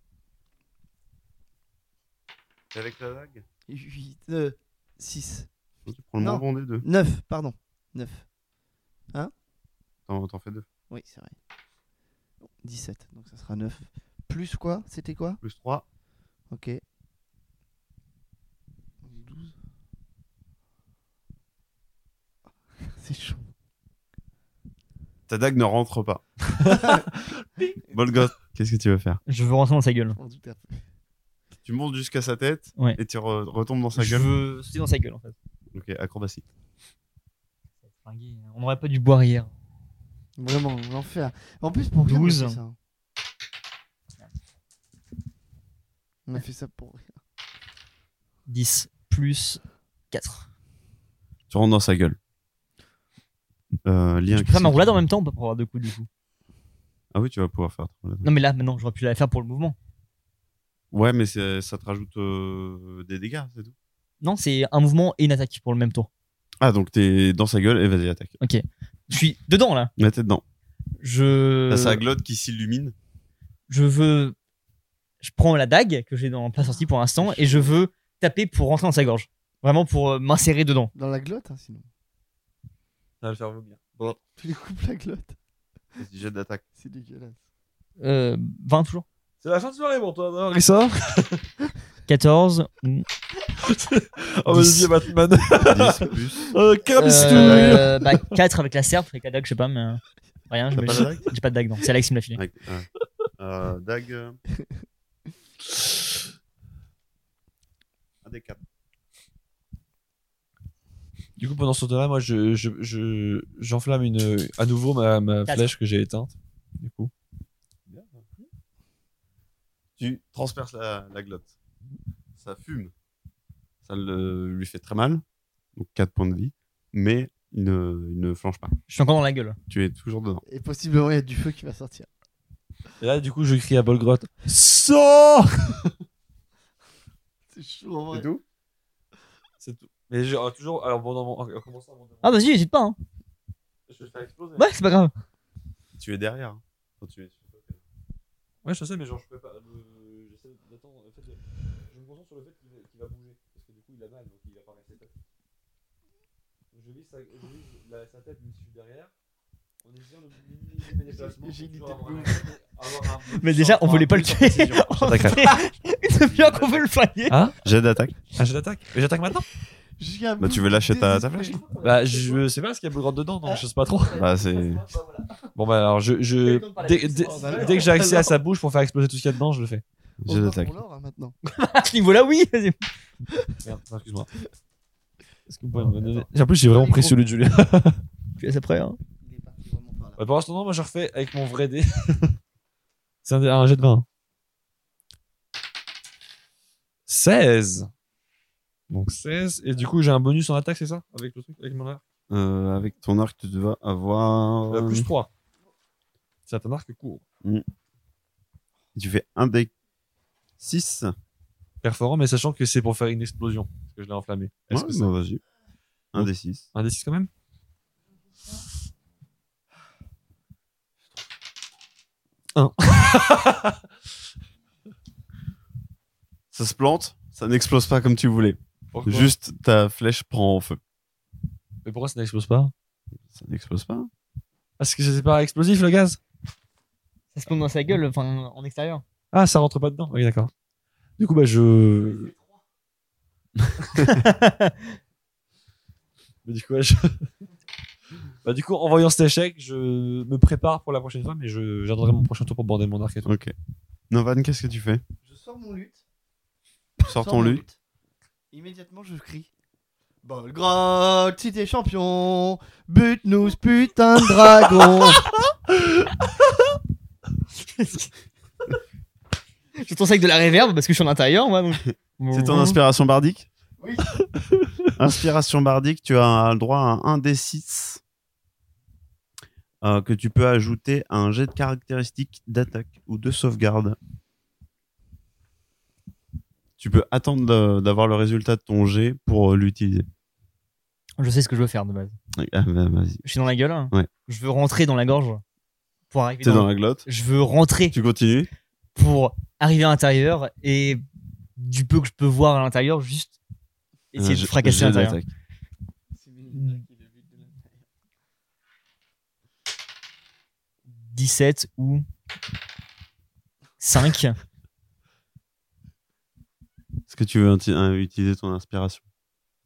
[SPEAKER 2] Et avec la dague
[SPEAKER 4] 8, 2, 6,
[SPEAKER 2] Tu prends le moins
[SPEAKER 4] Non.
[SPEAKER 2] bon des deux.
[SPEAKER 4] 9, pardon. 9.
[SPEAKER 2] T'en t'en fais deux.
[SPEAKER 4] Oui, c'est vrai. 17, donc ça sera 9. Plus quoi C'était quoi
[SPEAKER 2] Plus 3.
[SPEAKER 4] Ok. 12. C'est chaud.
[SPEAKER 2] Ta dague ne rentre pas. Bolgoth, qu'est-ce que tu veux faire
[SPEAKER 3] Je veux rentrer dans sa gueule.
[SPEAKER 4] On doute un peu.
[SPEAKER 2] Tu montes jusqu'à sa tête
[SPEAKER 3] Ouais.
[SPEAKER 2] et tu re- retombes dans sa
[SPEAKER 3] Je
[SPEAKER 2] gueule.
[SPEAKER 3] veux sauter dans sa gueule en fait.
[SPEAKER 2] Ok, acrobatie.
[SPEAKER 3] On n'aurait pas dû boire hier.
[SPEAKER 4] Vraiment, l'enfer. En plus, pour rien, on a
[SPEAKER 3] 12.
[SPEAKER 4] fait ça. hein. On a fait ça pour rien.
[SPEAKER 3] 10 plus 4.
[SPEAKER 2] Tu rentres dans sa gueule. Euh, lien.
[SPEAKER 3] Je peux faire ma roulade en même temps pour avoir deux coups du coup.
[SPEAKER 2] Ah oui, tu vas pouvoir faire. ta roulade.
[SPEAKER 3] Non mais là maintenant j'aurais pu la faire pour le mouvement.
[SPEAKER 2] Ouais, mais c'est- ça te rajoute euh, des dégâts, c'est tout.
[SPEAKER 3] Non, c'est un mouvement et une attaque pour le même tour.
[SPEAKER 2] Ah, donc t'es dans sa gueule et vas-y, attaque.
[SPEAKER 3] Je suis dedans là.
[SPEAKER 2] La tête dedans.
[SPEAKER 3] Je.
[SPEAKER 2] T'as
[SPEAKER 3] Euh,
[SPEAKER 2] sa glotte qui s'illumine.
[SPEAKER 3] je veux. Je prends la dague que j'ai dans pas sortie pour l'instant et je veux taper pour rentrer dans sa gorge. Vraiment pour euh, m'insérer dedans.
[SPEAKER 4] Dans la glotte, hein, sinon.
[SPEAKER 1] Ça va le faire vomir.
[SPEAKER 4] Tu les coupes la glotte.
[SPEAKER 2] Vas-y, jet d'attaque.
[SPEAKER 4] C'est dégueulasse.
[SPEAKER 3] Euh, 20 toujours.
[SPEAKER 1] C'est la fin de soirée pour toi, non, Harissa
[SPEAKER 3] 14. mm,
[SPEAKER 1] Oh,
[SPEAKER 3] Dix.
[SPEAKER 1] vas-y, Batman.
[SPEAKER 2] 10 plus.
[SPEAKER 1] Euh,
[SPEAKER 3] Ah,
[SPEAKER 1] Capstouille.
[SPEAKER 3] euh, bah, 4 avec la serpe, avec la dague, je sais pas, mais. euh, Rien, je
[SPEAKER 2] T'as
[SPEAKER 3] me-
[SPEAKER 2] pas la dague
[SPEAKER 3] j'ai pas de dague, non. C'est Alex qui me l'a filé.
[SPEAKER 2] Ouais, ouais. Euh, Dag. euh. Un des quatre.
[SPEAKER 1] Du coup, pendant ce temps-là, moi, je, je, je- j'enflamme une, à nouveau ma, ma
[SPEAKER 3] Quatre.
[SPEAKER 1] flèche que j'ai éteinte. Du coup,
[SPEAKER 2] tu transperces la, la glotte. Ça fume. Ça le- lui fait très mal. Donc 4 points de vie. Mais il ne, il ne flanche pas.
[SPEAKER 3] Je suis encore dans la gueule.
[SPEAKER 2] Tu es toujours dedans.
[SPEAKER 4] Et possiblement, il y a du feu qui va sortir.
[SPEAKER 1] Et là, du coup, je crie à Bolgrot Sors
[SPEAKER 4] C'est chaud, en vrai.
[SPEAKER 2] C'est tout
[SPEAKER 1] C'est tout. Mais j'ai euh, toujours. Alors, bon, non, bon, en commençant à monter.
[SPEAKER 3] Ah, vas-y, hésite pas. Hein.
[SPEAKER 2] Je vais faire exploser.
[SPEAKER 1] Bah,
[SPEAKER 3] Ouais, c'est pas grave.
[SPEAKER 2] Tu es derrière. hein. Quand tu es sur le côté.
[SPEAKER 1] Ouais, je sais, mais genre, je peux pas. le- J'essaie d'attendre. En fait, je me concentre sur le fait qu'il va- qu'il va bouger. Parce que du coup, il a mal, donc il va pas rester tête. Je vise sa, je vise la- sa tête, mais je suis derrière. En essayant de minimiser mes déplacements.
[SPEAKER 4] j'ai une
[SPEAKER 1] pour
[SPEAKER 4] idée
[SPEAKER 1] toujours
[SPEAKER 4] de
[SPEAKER 1] avoir un- avoir un-
[SPEAKER 3] Mais déjà, on
[SPEAKER 1] avoir
[SPEAKER 3] voulait
[SPEAKER 1] un
[SPEAKER 3] pas le
[SPEAKER 1] plus en
[SPEAKER 3] tuer.
[SPEAKER 1] précision.
[SPEAKER 3] Ça fait une demi-heure qu'on veut le flinguer.
[SPEAKER 2] Jet d'attaque.
[SPEAKER 1] Ah, je l'attaque Mais j'attaque maintenant
[SPEAKER 4] Jusqu'à
[SPEAKER 2] Bah,
[SPEAKER 4] bout
[SPEAKER 2] tu veux lâcher ta- ta
[SPEAKER 4] désespéré.
[SPEAKER 1] Bah, je sais pas ce qu'il y a Bolgrot dedans, donc je sais pas trop.
[SPEAKER 2] Bah, c'est.
[SPEAKER 1] Bon, bah, alors, je. je- Dès, dès- dès que j'ai accès à sa bouche pour faire exploser tout ce qu'il y a dedans, je le fais.
[SPEAKER 4] On
[SPEAKER 2] Jet
[SPEAKER 4] va
[SPEAKER 2] d'attaque.
[SPEAKER 4] pour l'or, hein, maintenant.
[SPEAKER 3] À ce niveau-là, oui. Vas-y.
[SPEAKER 1] Merde, excuse-moi. Est-ce que vous pouvez me donner. En plus, j'ai vraiment pris celui de Julien.
[SPEAKER 3] Tu laisses après. Hein.
[SPEAKER 4] Il est parti vraiment par là.
[SPEAKER 1] Bah, pour l'instant, non, moi, je refais avec mon vrai dé. C'est un, dé- un jet de 20. 16. Donc 16. Et du coup, j'ai un bonus en attaque, c'est ça Avec le truc, avec mon arc
[SPEAKER 2] Euh, avec ton arc, tu vas avoir.
[SPEAKER 1] Euh, Plus 3. C'est un arc court.
[SPEAKER 2] Tu fais un des 6.
[SPEAKER 1] Perforant, mais sachant que c'est pour faire une explosion. Parce que je l'ai enflammé.
[SPEAKER 2] Ouais,
[SPEAKER 1] Est-ce que c'est
[SPEAKER 2] bah, vas-y. Un des 6.
[SPEAKER 1] un D6 quand même
[SPEAKER 2] Ça se plante, ça n'explose pas comme tu voulais. Juste ta flèche prend en feu.
[SPEAKER 1] Mais pourquoi ça n'explose pas
[SPEAKER 2] Ça n'explose pas.
[SPEAKER 1] Parce que c'est pas explosif le gaz
[SPEAKER 3] Ça se plonge dans sa gueule, enfin, en extérieur.
[SPEAKER 1] Ah, ça rentre pas dedans. Oui, d'accord. Du coup, bah, je. Mais du coup, ouais, je- bah, du coup, en voyant cet échec, je me prépare pour la prochaine fois, mais je- j'attendrai mon prochain tour pour border mon arc et tout.
[SPEAKER 2] Ok. Novan, qu'est-ce que tu fais
[SPEAKER 4] Je sors mon lutte.
[SPEAKER 2] Sors ton
[SPEAKER 4] mon
[SPEAKER 2] lut.
[SPEAKER 4] lutte. Immédiatement, je crie. Bolgrot, si t'es champion, bute-nous ce putain de dragon.
[SPEAKER 3] Je tourne ça avec de la réverb parce que je suis en intérieur, moi. Donc...
[SPEAKER 2] C'est
[SPEAKER 3] Mhm.
[SPEAKER 2] ton inspiration bardique
[SPEAKER 4] Oui.
[SPEAKER 2] inspiration bardique, tu as le droit à un des 6 que tu peux ajouter à un jet de caractéristiques d'attaque ou de sauvegarde. Tu peux attendre de- d'avoir le résultat de ton jet pour euh, l'utiliser.
[SPEAKER 3] Je sais ce que je veux faire de base.
[SPEAKER 2] Ah, bah, vas-y.
[SPEAKER 3] Je suis dans la gueule. hein.
[SPEAKER 2] Ouais.
[SPEAKER 3] Je veux rentrer dans la gorge pour arriver.
[SPEAKER 2] T'es
[SPEAKER 3] dans-
[SPEAKER 2] dans la glotte.
[SPEAKER 3] Je veux rentrer
[SPEAKER 2] Tu continues.
[SPEAKER 3] pour arriver à l'intérieur et du peu que je peux voir à l'intérieur, juste essayer
[SPEAKER 2] Un
[SPEAKER 3] de
[SPEAKER 2] jet-
[SPEAKER 3] fracasser
[SPEAKER 2] jet
[SPEAKER 3] à l'intérieur.
[SPEAKER 2] d'attaque.
[SPEAKER 4] C'est Mini-Drac, il est vide de la-
[SPEAKER 3] 17 ou 5.
[SPEAKER 2] Est-ce que tu veux inti- euh, utiliser ton inspiration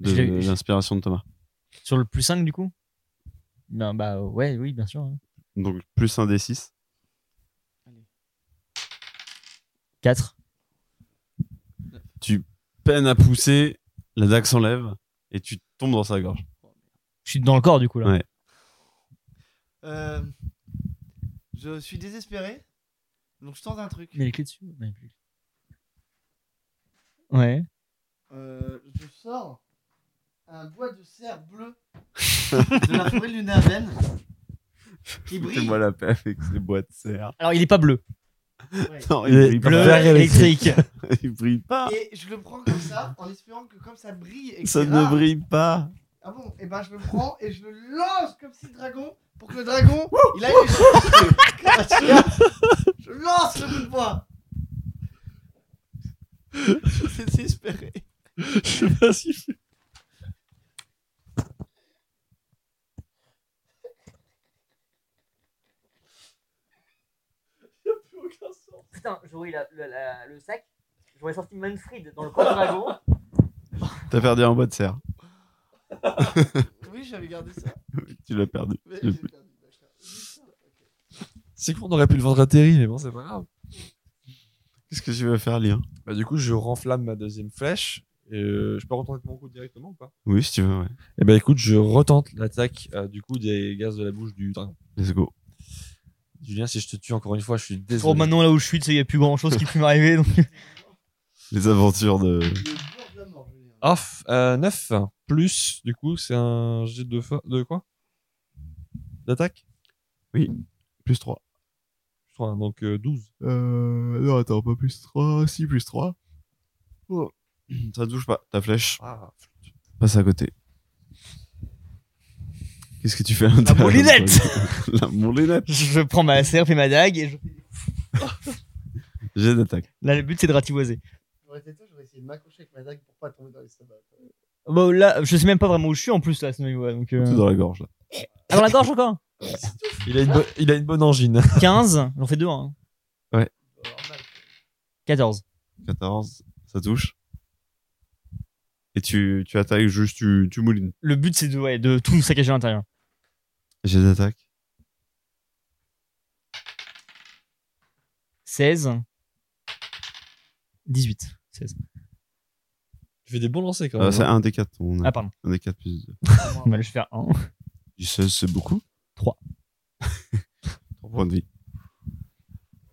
[SPEAKER 2] de,
[SPEAKER 3] Je l'ai- je-
[SPEAKER 2] L'inspiration de Thomas.
[SPEAKER 3] Sur le plus 5 du coup Ben bah ouais, oui, bien sûr.
[SPEAKER 2] Donc plus un des 6.
[SPEAKER 3] 4.
[SPEAKER 2] Tu peines à pousser, la dague s'enlève et tu tombes dans sa gorge.
[SPEAKER 3] Je suis dans le corps du coup là.
[SPEAKER 2] Ouais.
[SPEAKER 4] Euh, je suis désespéré, donc je tente un truc.
[SPEAKER 3] Il y a les clés dessus Ouais. plus. Ouais.
[SPEAKER 4] Euh, je sors un bois de cerf bleu de la forêt lunardienne qui brille.
[SPEAKER 2] Fais-moi la paix avec ces bois de serre.
[SPEAKER 3] Alors il est pas bleu.
[SPEAKER 4] Ouais.
[SPEAKER 2] Non,
[SPEAKER 1] Il est
[SPEAKER 2] il brille
[SPEAKER 1] bleu.
[SPEAKER 2] pas.
[SPEAKER 1] Vert électrique.
[SPEAKER 2] Il brille pas.
[SPEAKER 4] Et je le prends comme ça, en espérant que comme ça brille et que
[SPEAKER 2] Ça
[SPEAKER 4] c'est
[SPEAKER 2] ne
[SPEAKER 4] rare-
[SPEAKER 2] brille pas.
[SPEAKER 4] Ah bon, et ben je le prends et je le lance comme si le dragon, pour que le dragon, il aille Je lance le coup de bois Je suis désespéré.
[SPEAKER 1] Je sais pas si je-
[SPEAKER 3] Putain, j'aurais le sac. J'aurais sorti Manfred dans le corps du dragon.
[SPEAKER 2] T'as perdu un bois de serre.
[SPEAKER 4] Oui, j'avais gardé ça.
[SPEAKER 2] Tu l'as perdu.
[SPEAKER 4] Mais
[SPEAKER 2] Le-
[SPEAKER 4] j'ai perdu, Bah, d'accord.
[SPEAKER 1] C'est qu'on aurait pu le vendre à Terry, mais bon, c'est pas grave.
[SPEAKER 2] Qu'est-ce que tu veux faire, Lien
[SPEAKER 1] Bah, du coup, je renflamme ma deuxième flèche. Et, euh, je peux retenter mon coup directement ou pas
[SPEAKER 2] Oui, si tu veux, ouais.
[SPEAKER 1] Eh ben écoute, je retente l'attaque euh, du coup des gaz de la bouche du dragon.
[SPEAKER 2] Let's go.
[SPEAKER 1] Julien, si je te tue encore une fois, je suis
[SPEAKER 3] Oh,
[SPEAKER 1] désolé.
[SPEAKER 3] maintenant là où je suis, il n'y a plus grand chose qui peut m'arriver. Donc...
[SPEAKER 2] Les aventures de.
[SPEAKER 6] Le bord de la mort, Julien.
[SPEAKER 1] Off, 9 plus, du coup, c'est un jet de, fa- de quoi D'attaque
[SPEAKER 2] Plus 3.
[SPEAKER 1] Je crois, donc euh, 12.
[SPEAKER 2] Euh. Non, attends, pas plus 3. Si, plus 3. Ça touche pas, ta flèche.
[SPEAKER 1] Ah,
[SPEAKER 2] Passe à côté. Qu'est-ce que tu fais à l'intérieur de
[SPEAKER 3] moulinette
[SPEAKER 2] toi La moulinette
[SPEAKER 3] Je prends ma serpe et ma dague. Et je...
[SPEAKER 2] J'ai d'attaque.
[SPEAKER 3] Là, le but, c'est de rativoiser.
[SPEAKER 6] J'aurais été toi, j'aurais essayé de m'accrocher avec ma dague pour pas tomber dans les sabots.
[SPEAKER 3] Bon, là, je sais même pas vraiment où je suis en plus là, à ce niveau-là. Donc, euh...
[SPEAKER 2] Tout dans la gorge, là.
[SPEAKER 3] Ah, dans la gorge encore
[SPEAKER 1] il, a une bo- il a une bonne angine.
[SPEAKER 3] 15, j'en fais hein. 2 1.
[SPEAKER 2] Ouais.
[SPEAKER 3] 14.
[SPEAKER 2] 14. Ça touche. Et tu, tu attaques juste, tu, tu moulines.
[SPEAKER 3] Le but, c'est de, ouais, de tout nous saccager à l'intérieur.
[SPEAKER 2] J'ai d'attaque.
[SPEAKER 3] 16. 18. 16.
[SPEAKER 1] Tu fais des bons lancers quand
[SPEAKER 2] Euh,
[SPEAKER 1] même.
[SPEAKER 2] c'est
[SPEAKER 1] hein.
[SPEAKER 2] 1 des 4. On a
[SPEAKER 3] Ah, pardon.
[SPEAKER 2] 1 des 4 plus 2.
[SPEAKER 3] Bah, je vais faire 1.
[SPEAKER 2] Du 16, c'est beaucoup.
[SPEAKER 3] Trois.
[SPEAKER 2] 3 points de vie.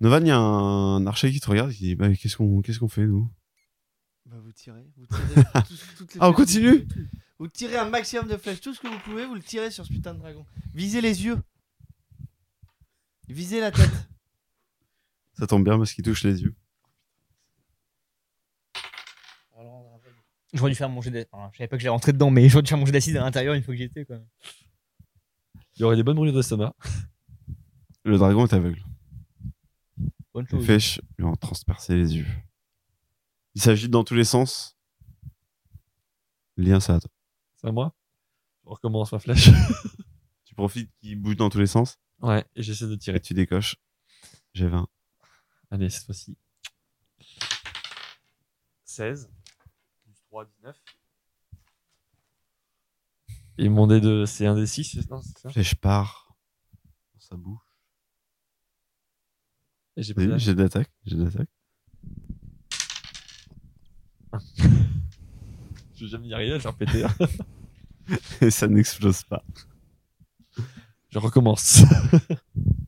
[SPEAKER 2] Novan, il y a un archer qui te regarde et qui dit bah, Qu'est-ce qu'on qu'est-ce qu'on fait, nous
[SPEAKER 6] Bah, vous tirez. Vous tirez tous- toutes les
[SPEAKER 2] Ah, on
[SPEAKER 6] flèches que
[SPEAKER 2] continue
[SPEAKER 6] vous pouvez. Vous tirez un maximum de flèches. Tout ce que vous pouvez, vous le tirez sur ce putain de dragon. Visez les yeux. Visez la tête.
[SPEAKER 2] Ça tombe bien parce qu'il touche les yeux.
[SPEAKER 3] J'aurais dû faire manger d'acide. Enfin, je savais pas que j'allais rentrer dedans, mais j'aurais dû faire manger d'acide à l'intérieur une fois que j'y étais. Quoi.
[SPEAKER 1] Il y aurait des bonnes brûlures d'estomac.
[SPEAKER 2] Le dragon est aveugle.
[SPEAKER 3] Bonne
[SPEAKER 2] Les
[SPEAKER 3] chose.
[SPEAKER 2] flèches lui ont transpercé les yeux. Il s'agite dans tous les sens. Lien, ça attend.
[SPEAKER 1] C'est à moi On recommence ma flèche.
[SPEAKER 2] Tu profites qu'il bouge dans tous les sens
[SPEAKER 1] Ouais, et j'essaie de
[SPEAKER 2] et
[SPEAKER 1] tirer.
[SPEAKER 2] tu décoches. J'ai 20.
[SPEAKER 1] Allez, cette fois-ci. 16. Plus 3, 19. Et mon dé de. C'est un des 6, non, c'est ça
[SPEAKER 2] Flèche part. Hein Ça bouge.
[SPEAKER 1] Et j'ai pris
[SPEAKER 2] Oui,
[SPEAKER 1] la-
[SPEAKER 2] J'ai d'attaque. J'ai d'attaque.
[SPEAKER 1] Je vais jamais y arriver à le faire péter.
[SPEAKER 2] Et ça n'explose pas.
[SPEAKER 1] je recommence.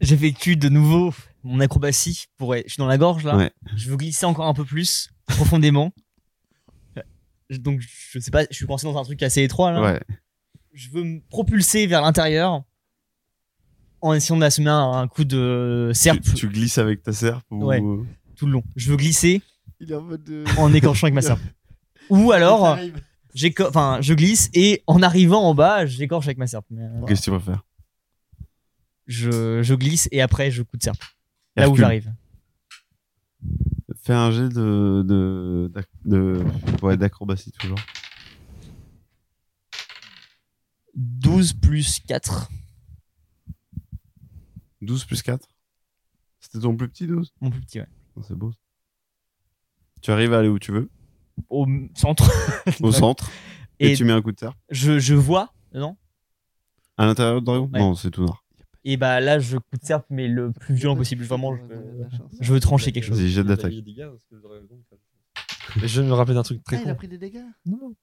[SPEAKER 3] J'effectue de nouveau mon acrobatie. Pour... ouais, Je suis dans la gorge là.
[SPEAKER 2] Ouais.
[SPEAKER 3] Je veux glisser encore un peu plus, profondément. Je- Donc, je sais pas, je suis coincé dans un truc assez étroit là.
[SPEAKER 2] Ouais.
[SPEAKER 3] Je veux me propulser vers l'intérieur en essayant d'assumer un un coup de serpe
[SPEAKER 2] Tu, tu glisses avec ta serpe ou.
[SPEAKER 3] Ouais. tout le long. Je veux glisser
[SPEAKER 6] Il est en mode de.
[SPEAKER 3] en écorchant avec ma serpe. Ou alors, euh,
[SPEAKER 6] T'arrives.
[SPEAKER 3] j'éco- enfin, je glisse et en arrivant en bas, j'écorche avec ma serpe. Mais, euh,
[SPEAKER 2] Qu'est-ce que tu préfères
[SPEAKER 3] je, je glisse et après, je coup de serpe. Là où
[SPEAKER 2] Hercule,
[SPEAKER 3] j'arrive.
[SPEAKER 2] Fais un jet de. de, d'ac- de ouais, d'acrobatie toujours.
[SPEAKER 3] 12 plus 4.
[SPEAKER 2] 12 plus 4. C'était ton plus petit 12
[SPEAKER 3] Mon plus petit, ouais.
[SPEAKER 2] Non, C'est beau. ça. Tu arrives à aller où tu veux,
[SPEAKER 3] Au m- centre.
[SPEAKER 2] au centre, et,
[SPEAKER 3] Et
[SPEAKER 2] tu mets un coup de serpe.
[SPEAKER 3] je, je vois, non
[SPEAKER 2] À l'intérieur du dragon
[SPEAKER 3] Ouais.
[SPEAKER 2] Non, c'est tout noir.
[SPEAKER 3] Et bah là, je coup de serpe, mais le plus violent possible. Vraiment, je,
[SPEAKER 6] Il a de la chance.
[SPEAKER 3] je veux trancher quelque chose.
[SPEAKER 2] Vas-y, jet
[SPEAKER 1] Il a
[SPEAKER 2] d'attaque.
[SPEAKER 1] eu des gaz, parce que le dragon, ça- Et je viens de me rappeler d'un truc
[SPEAKER 6] Ah,
[SPEAKER 1] très
[SPEAKER 6] il a
[SPEAKER 1] con.
[SPEAKER 6] pris des dégâts.
[SPEAKER 1] Non, non.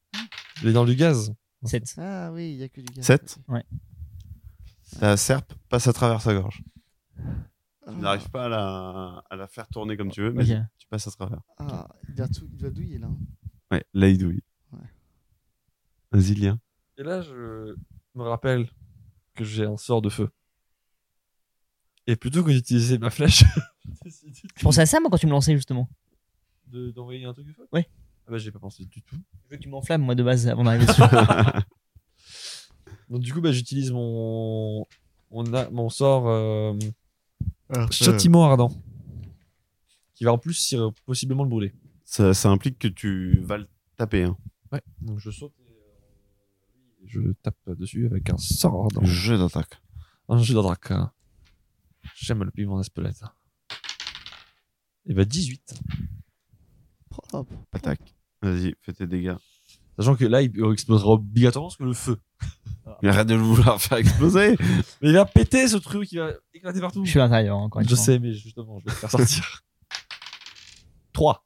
[SPEAKER 1] Il est dans du gaz.
[SPEAKER 3] 7.
[SPEAKER 6] Ah oui, il y a que du gars.
[SPEAKER 2] Sept.
[SPEAKER 3] Ouais.
[SPEAKER 2] Ta serpe passe à travers sa gorge.
[SPEAKER 6] Ah,
[SPEAKER 2] Tu n'arrives pas à la, à la faire tourner comme tu veux, mais
[SPEAKER 3] Ok.
[SPEAKER 2] tu passes à travers.
[SPEAKER 6] ah, il, doit tout- il doit douiller là. hein.
[SPEAKER 2] Ouais, là il douille.
[SPEAKER 6] Ouais.
[SPEAKER 2] Vas-y, Lien.
[SPEAKER 1] Et là, je me rappelle que j'ai un sort de feu. Et plutôt que d'utiliser ma flèche, j'ai décidé
[SPEAKER 3] Je pensais à ça, moi, quand tu me lançais, justement.
[SPEAKER 1] de- d'envoyer un truc de feu.
[SPEAKER 3] Ouais.
[SPEAKER 1] Ah bah, j'ai pas pensé du tout.
[SPEAKER 3] Je veux que tu m'enflammes, moi, de base, avant d'arriver dessus.
[SPEAKER 1] Donc, du coup, bah, j'utilise mon... On a... mon sort euh,
[SPEAKER 2] Ah,
[SPEAKER 1] châtiment ardent. Qui va en plus si- possiblement le brûler.
[SPEAKER 2] Ça, ça implique que tu vas le taper. hein.
[SPEAKER 1] Ouais. Donc, je saute et, euh, je tape dessus avec un sort ardent.
[SPEAKER 2] Jeu d'attaque.
[SPEAKER 1] Un jeu de drac. hein. J'aime le piment d'Espelette. Et bah 18.
[SPEAKER 6] Propre.
[SPEAKER 2] Attaque. Vas-y, fais tes dégâts.
[SPEAKER 1] Sachant que là, il explosera obligatoirement parce que le feu.
[SPEAKER 2] Mais arrête de le vouloir faire exploser.
[SPEAKER 1] Mais il va péter ce truc, il va éclater partout.
[SPEAKER 3] je suis à l'intérieur, hein, encore une
[SPEAKER 1] Je
[SPEAKER 3] fois.
[SPEAKER 1] sais, mais justement, je vais le faire sortir. 3.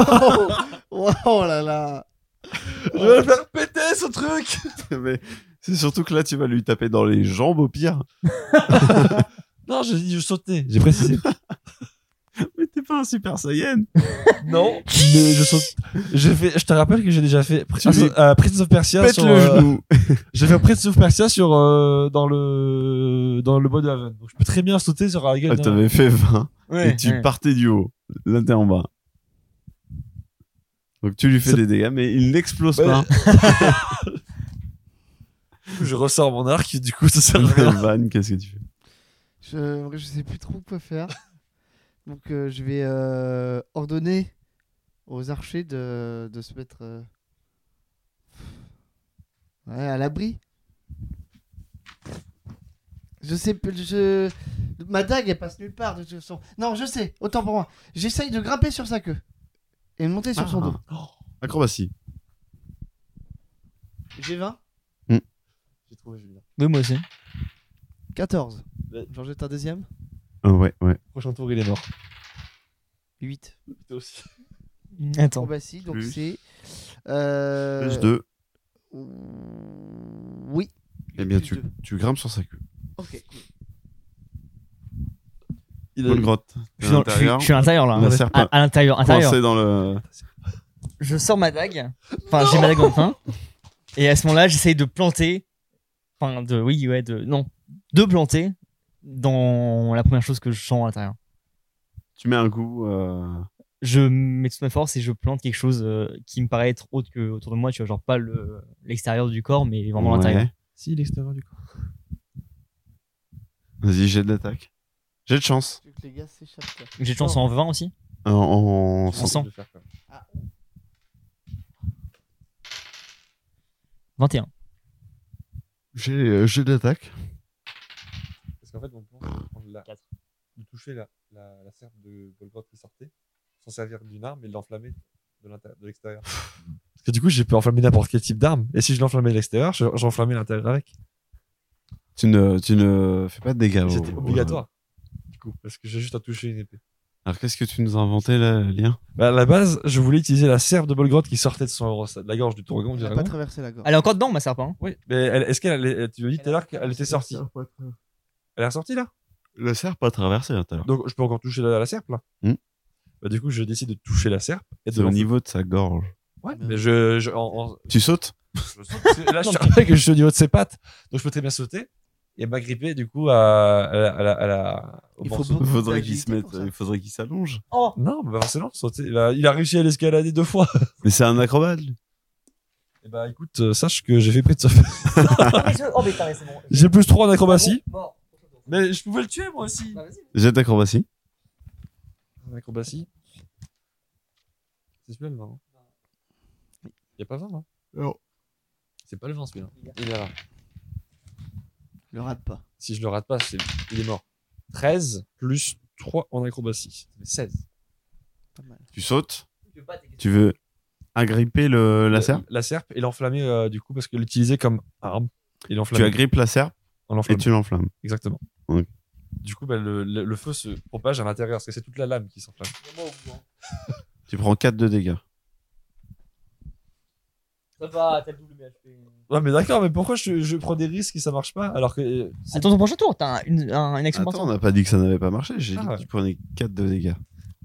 [SPEAKER 6] oh, oh là là. Oh,
[SPEAKER 1] Je vais le faire péter ce truc
[SPEAKER 2] mais C'est surtout que là, tu vas lui taper dans les jambes au pire.
[SPEAKER 1] Non, j'ai dit je sautais. J'ai précisé.
[SPEAKER 2] Mais t'es pas un super saiyan.
[SPEAKER 1] non. Mais je saute. J'ai fait. Je te rappelle que j'ai déjà fait Pri-
[SPEAKER 2] Tu lui
[SPEAKER 1] euh, Prince of Persia
[SPEAKER 2] Pète
[SPEAKER 1] sur.
[SPEAKER 2] le
[SPEAKER 1] euh,
[SPEAKER 2] genou.
[SPEAKER 1] J'ai fait Prince of Persia sur euh, dans le dans le mode Haven. Donc je peux très bien sauter sur Harrigan.
[SPEAKER 2] Ah,
[SPEAKER 1] hein.
[SPEAKER 2] T'avais fait 20
[SPEAKER 3] Ouais,
[SPEAKER 2] et tu
[SPEAKER 3] ouais.
[SPEAKER 2] partais du haut. Là, t'es en bas. Donc tu lui fais
[SPEAKER 1] Ça-
[SPEAKER 2] des dégâts, mais il n'explose
[SPEAKER 1] Ouais.
[SPEAKER 2] pas.
[SPEAKER 1] Je ressors mon arc. Du coup, ça sert à rien.
[SPEAKER 2] Van, qu'est-ce que tu fais
[SPEAKER 4] Je, en vrai, je sais plus trop quoi faire. Donc euh, je vais euh, ordonner aux archers de, de se mettre euh, ouais, à l'abri. Je sais plus- je ma dague elle passe nulle part de toute façon. Non, je sais, autant pour moi. J'essaye de grimper sur sa queue et de monter sur son dos.
[SPEAKER 2] Ah. Acrobatie.
[SPEAKER 4] J'ai 20,
[SPEAKER 2] Hmm.
[SPEAKER 6] J'ai trouvé Julien.
[SPEAKER 3] Oui, moi aussi.
[SPEAKER 4] 14. J'en jette un deuxième.
[SPEAKER 2] Ah ouais, ouais.
[SPEAKER 1] Prochain tour, il est mort.
[SPEAKER 4] 8.
[SPEAKER 3] Attends.
[SPEAKER 4] Acrobatie, bah donc
[SPEAKER 2] Plus.
[SPEAKER 4] c'est euh,
[SPEAKER 2] Plus 2.
[SPEAKER 4] Oui.
[SPEAKER 2] Eh bien,
[SPEAKER 4] Plus
[SPEAKER 2] tu,
[SPEAKER 4] deux.
[SPEAKER 2] tu grimpes sur sa queue.
[SPEAKER 4] Ok, cool.
[SPEAKER 1] Il a-
[SPEAKER 2] Bonne grotte.
[SPEAKER 3] Je suis, dans- je suis-
[SPEAKER 2] L'intérieur,
[SPEAKER 3] je suis à l'intérieur là.
[SPEAKER 2] Un serpent.
[SPEAKER 3] À, à l'intérieur, intérieur.
[SPEAKER 2] coincé dans le.
[SPEAKER 3] Je sors ma dague. Enfin, j'ai ma dague en main. Et à ce moment-là, j'essaye de planter. Enfin, de. Oui, ouais, de. Non. De planter dans la première chose que je sens à l'intérieur.
[SPEAKER 2] Tu mets un coup. euh,
[SPEAKER 3] Je mets toute ma force et je plante quelque chose euh, qui me paraît être autre que autour de moi. Tu vois, genre pas le- l'extérieur du corps, mais vraiment
[SPEAKER 2] ouais.
[SPEAKER 3] l'intérieur.
[SPEAKER 1] Si l'extérieur du coup.
[SPEAKER 2] Vas-y, j'ai de l'attaque. J'ai de chance. Euh,
[SPEAKER 6] Tu veux que les gars s'échappent là.
[SPEAKER 3] J'ai de chance en 20 aussi.
[SPEAKER 2] En, en-
[SPEAKER 3] En 100.
[SPEAKER 1] Je vais faire comme-
[SPEAKER 3] 21.
[SPEAKER 2] J'ai euh, j'ai de l'attaque.
[SPEAKER 1] Parce qu'en fait, mon plan, c'est de prendre la-
[SPEAKER 3] Quatre.
[SPEAKER 1] de toucher la, la, la serpe de Golgoth qui sortait, sans servir d'une arme et de l'enflammer de l'intérieur- de l'extérieur. Parce que du coup, j'ai pu enflammer n'importe quel type d'arme. Et si je l'enflammais de l'extérieur, je- j'enflammais l'intérieur avec.
[SPEAKER 2] Tu ne, tu ne fais pas de dégâts. au-
[SPEAKER 1] C'était
[SPEAKER 2] au-
[SPEAKER 1] obligatoire. Du coup, parce que j'ai juste à toucher une épée.
[SPEAKER 2] Alors qu'est-ce que tu nous as inventé là, lien
[SPEAKER 1] Bah, à la base, je voulais utiliser la serpe de Golgoth qui sortait de, son, de la gorge du tourgon.
[SPEAKER 4] Elle
[SPEAKER 1] du
[SPEAKER 4] a
[SPEAKER 1] dragon.
[SPEAKER 4] pas traversé la gorge.
[SPEAKER 3] Elle est encore dedans, ma serpent. hein.
[SPEAKER 1] Oui, mais elle- est-ce qu'elle, allait- tu m'as dit tout à l'heure qu'elle était sortie Elle est ressortie là
[SPEAKER 2] Le serpent a traversé là, tout à l'heure.
[SPEAKER 1] Donc je peux encore toucher la, la serpe là
[SPEAKER 2] Hmm.
[SPEAKER 1] bah, Du coup, je décide de toucher la serpe et de
[SPEAKER 2] C'est au
[SPEAKER 1] l'enflammer.
[SPEAKER 2] niveau de sa gorge.
[SPEAKER 1] Ouais, mais je, je, en- en-
[SPEAKER 2] Tu sautes
[SPEAKER 1] Je saute, parce que là, je te rappelle que je suis au niveau de ses pattes, donc je peux très bien sauter et m'agripper du coup à, à la, à la- à la- au
[SPEAKER 4] Il faut
[SPEAKER 1] morceau.
[SPEAKER 4] beaucoup
[SPEAKER 2] Il faudrait
[SPEAKER 4] d'agilité
[SPEAKER 2] qu'il se mette,
[SPEAKER 4] pour ça.
[SPEAKER 2] il faudrait qu'il s'allonge.
[SPEAKER 1] Non, mais forcément, sauter. Il a, il a réussi à l'escalader deux fois.
[SPEAKER 2] Mais c'est un acrobate. lui.
[SPEAKER 1] Et bah écoute, euh, sache que j'ai fait près de ça.
[SPEAKER 3] Ah, oh,
[SPEAKER 1] J'ai plus 3 en acrobatie. Ah Mais je pouvais le tuer moi aussi.
[SPEAKER 3] Bah,
[SPEAKER 2] J'ai de l'acrobatie.
[SPEAKER 1] En acrobatie. C'est celui-là le 20. hein Il n'y a pas 20 hein
[SPEAKER 2] Non.
[SPEAKER 1] C'est pas le 20 celui-là. Il est là.
[SPEAKER 4] Le rate pas.
[SPEAKER 1] Si je le rate pas, c'est... il est mort. 13 plus 3 en acrobatie. Ça fait 16.
[SPEAKER 2] Tu sautes. Tu veux Euh, agripper le, la
[SPEAKER 1] Le-
[SPEAKER 2] serpe
[SPEAKER 1] La serpe et l'enflammer euh, du coup parce que l'utiliser comme arme. Et
[SPEAKER 2] Tu
[SPEAKER 1] l'enflammer.
[SPEAKER 2] agrippes la serpe
[SPEAKER 1] On
[SPEAKER 2] et
[SPEAKER 1] l'enflamme.
[SPEAKER 2] tu l'enflammes.
[SPEAKER 1] Exactement.
[SPEAKER 2] Ok.
[SPEAKER 1] Du coup, bah, le, le- le feu se propage à l'intérieur parce que c'est toute la lame qui s'enflamme.
[SPEAKER 2] Tu prends 4 de dégâts.
[SPEAKER 3] Ça va, t'as le double MHP.
[SPEAKER 1] Ouais, mais d'accord, mais pourquoi je, je prends des risques et ça marche pas alors que euh, c'est-
[SPEAKER 3] Attends ton prochain tour, t'as un- une, un- une action
[SPEAKER 2] Attends, on
[SPEAKER 3] partant.
[SPEAKER 2] n'a pas dit que ça n'avait pas marché. J'ai
[SPEAKER 1] Ah
[SPEAKER 2] dit
[SPEAKER 1] ouais.
[SPEAKER 2] que tu prenais 4 de dégâts.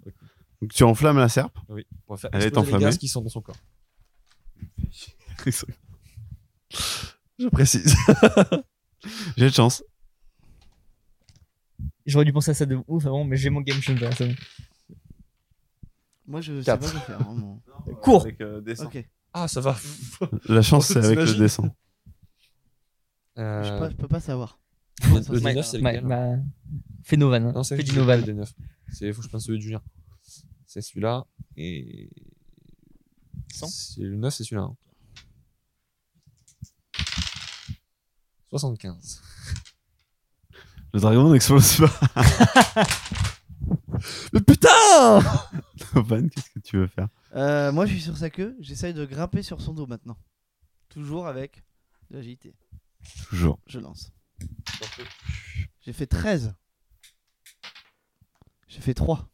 [SPEAKER 1] Ok.
[SPEAKER 2] Donc tu enflammes la serpe.
[SPEAKER 1] oui, on va faire
[SPEAKER 2] Elle est
[SPEAKER 1] exploser les
[SPEAKER 2] enflammée.
[SPEAKER 1] gaz qui sont dans son corps. Je précise.
[SPEAKER 2] J'ai de chance.
[SPEAKER 3] J'aurais dû penser à ça de ouf avant, mais j'ai mon game changer. c'est bon.
[SPEAKER 4] Moi, je sais
[SPEAKER 1] Quatre.
[SPEAKER 4] pas quoi faire. hein, moi.
[SPEAKER 3] Cours.
[SPEAKER 2] Avec, euh, descend.
[SPEAKER 4] Ok.
[SPEAKER 1] Ah, ça va.
[SPEAKER 2] La chance, c'est avec le
[SPEAKER 1] T'imagines
[SPEAKER 2] descend.
[SPEAKER 1] Euh,
[SPEAKER 4] Je, peux, je peux pas savoir.
[SPEAKER 1] le-
[SPEAKER 4] Ça,
[SPEAKER 1] le
[SPEAKER 4] c'est-
[SPEAKER 1] 19, c'est
[SPEAKER 3] Ouais,
[SPEAKER 1] lequel
[SPEAKER 3] bah, Phénovan.
[SPEAKER 1] Non, c'est
[SPEAKER 3] Fais du
[SPEAKER 1] celui
[SPEAKER 3] Novan.
[SPEAKER 1] le 19. C'est faut que je prenne celui de Julien. C'est celui-là et
[SPEAKER 3] Cent.
[SPEAKER 1] C'est- le 9 c'est celui-là. hein. 75.
[SPEAKER 2] Le dragon n'explose pas.
[SPEAKER 1] Mais
[SPEAKER 3] Oh.
[SPEAKER 1] putain
[SPEAKER 2] Van, qu'est-ce que tu veux faire
[SPEAKER 4] Euh, moi, je suis sur sa queue. J'essaye de grimper sur son dos maintenant. Toujours avec de l'agilité.
[SPEAKER 2] Toujours.
[SPEAKER 4] Je lance. J'ai fait 13. J'ai fait 3.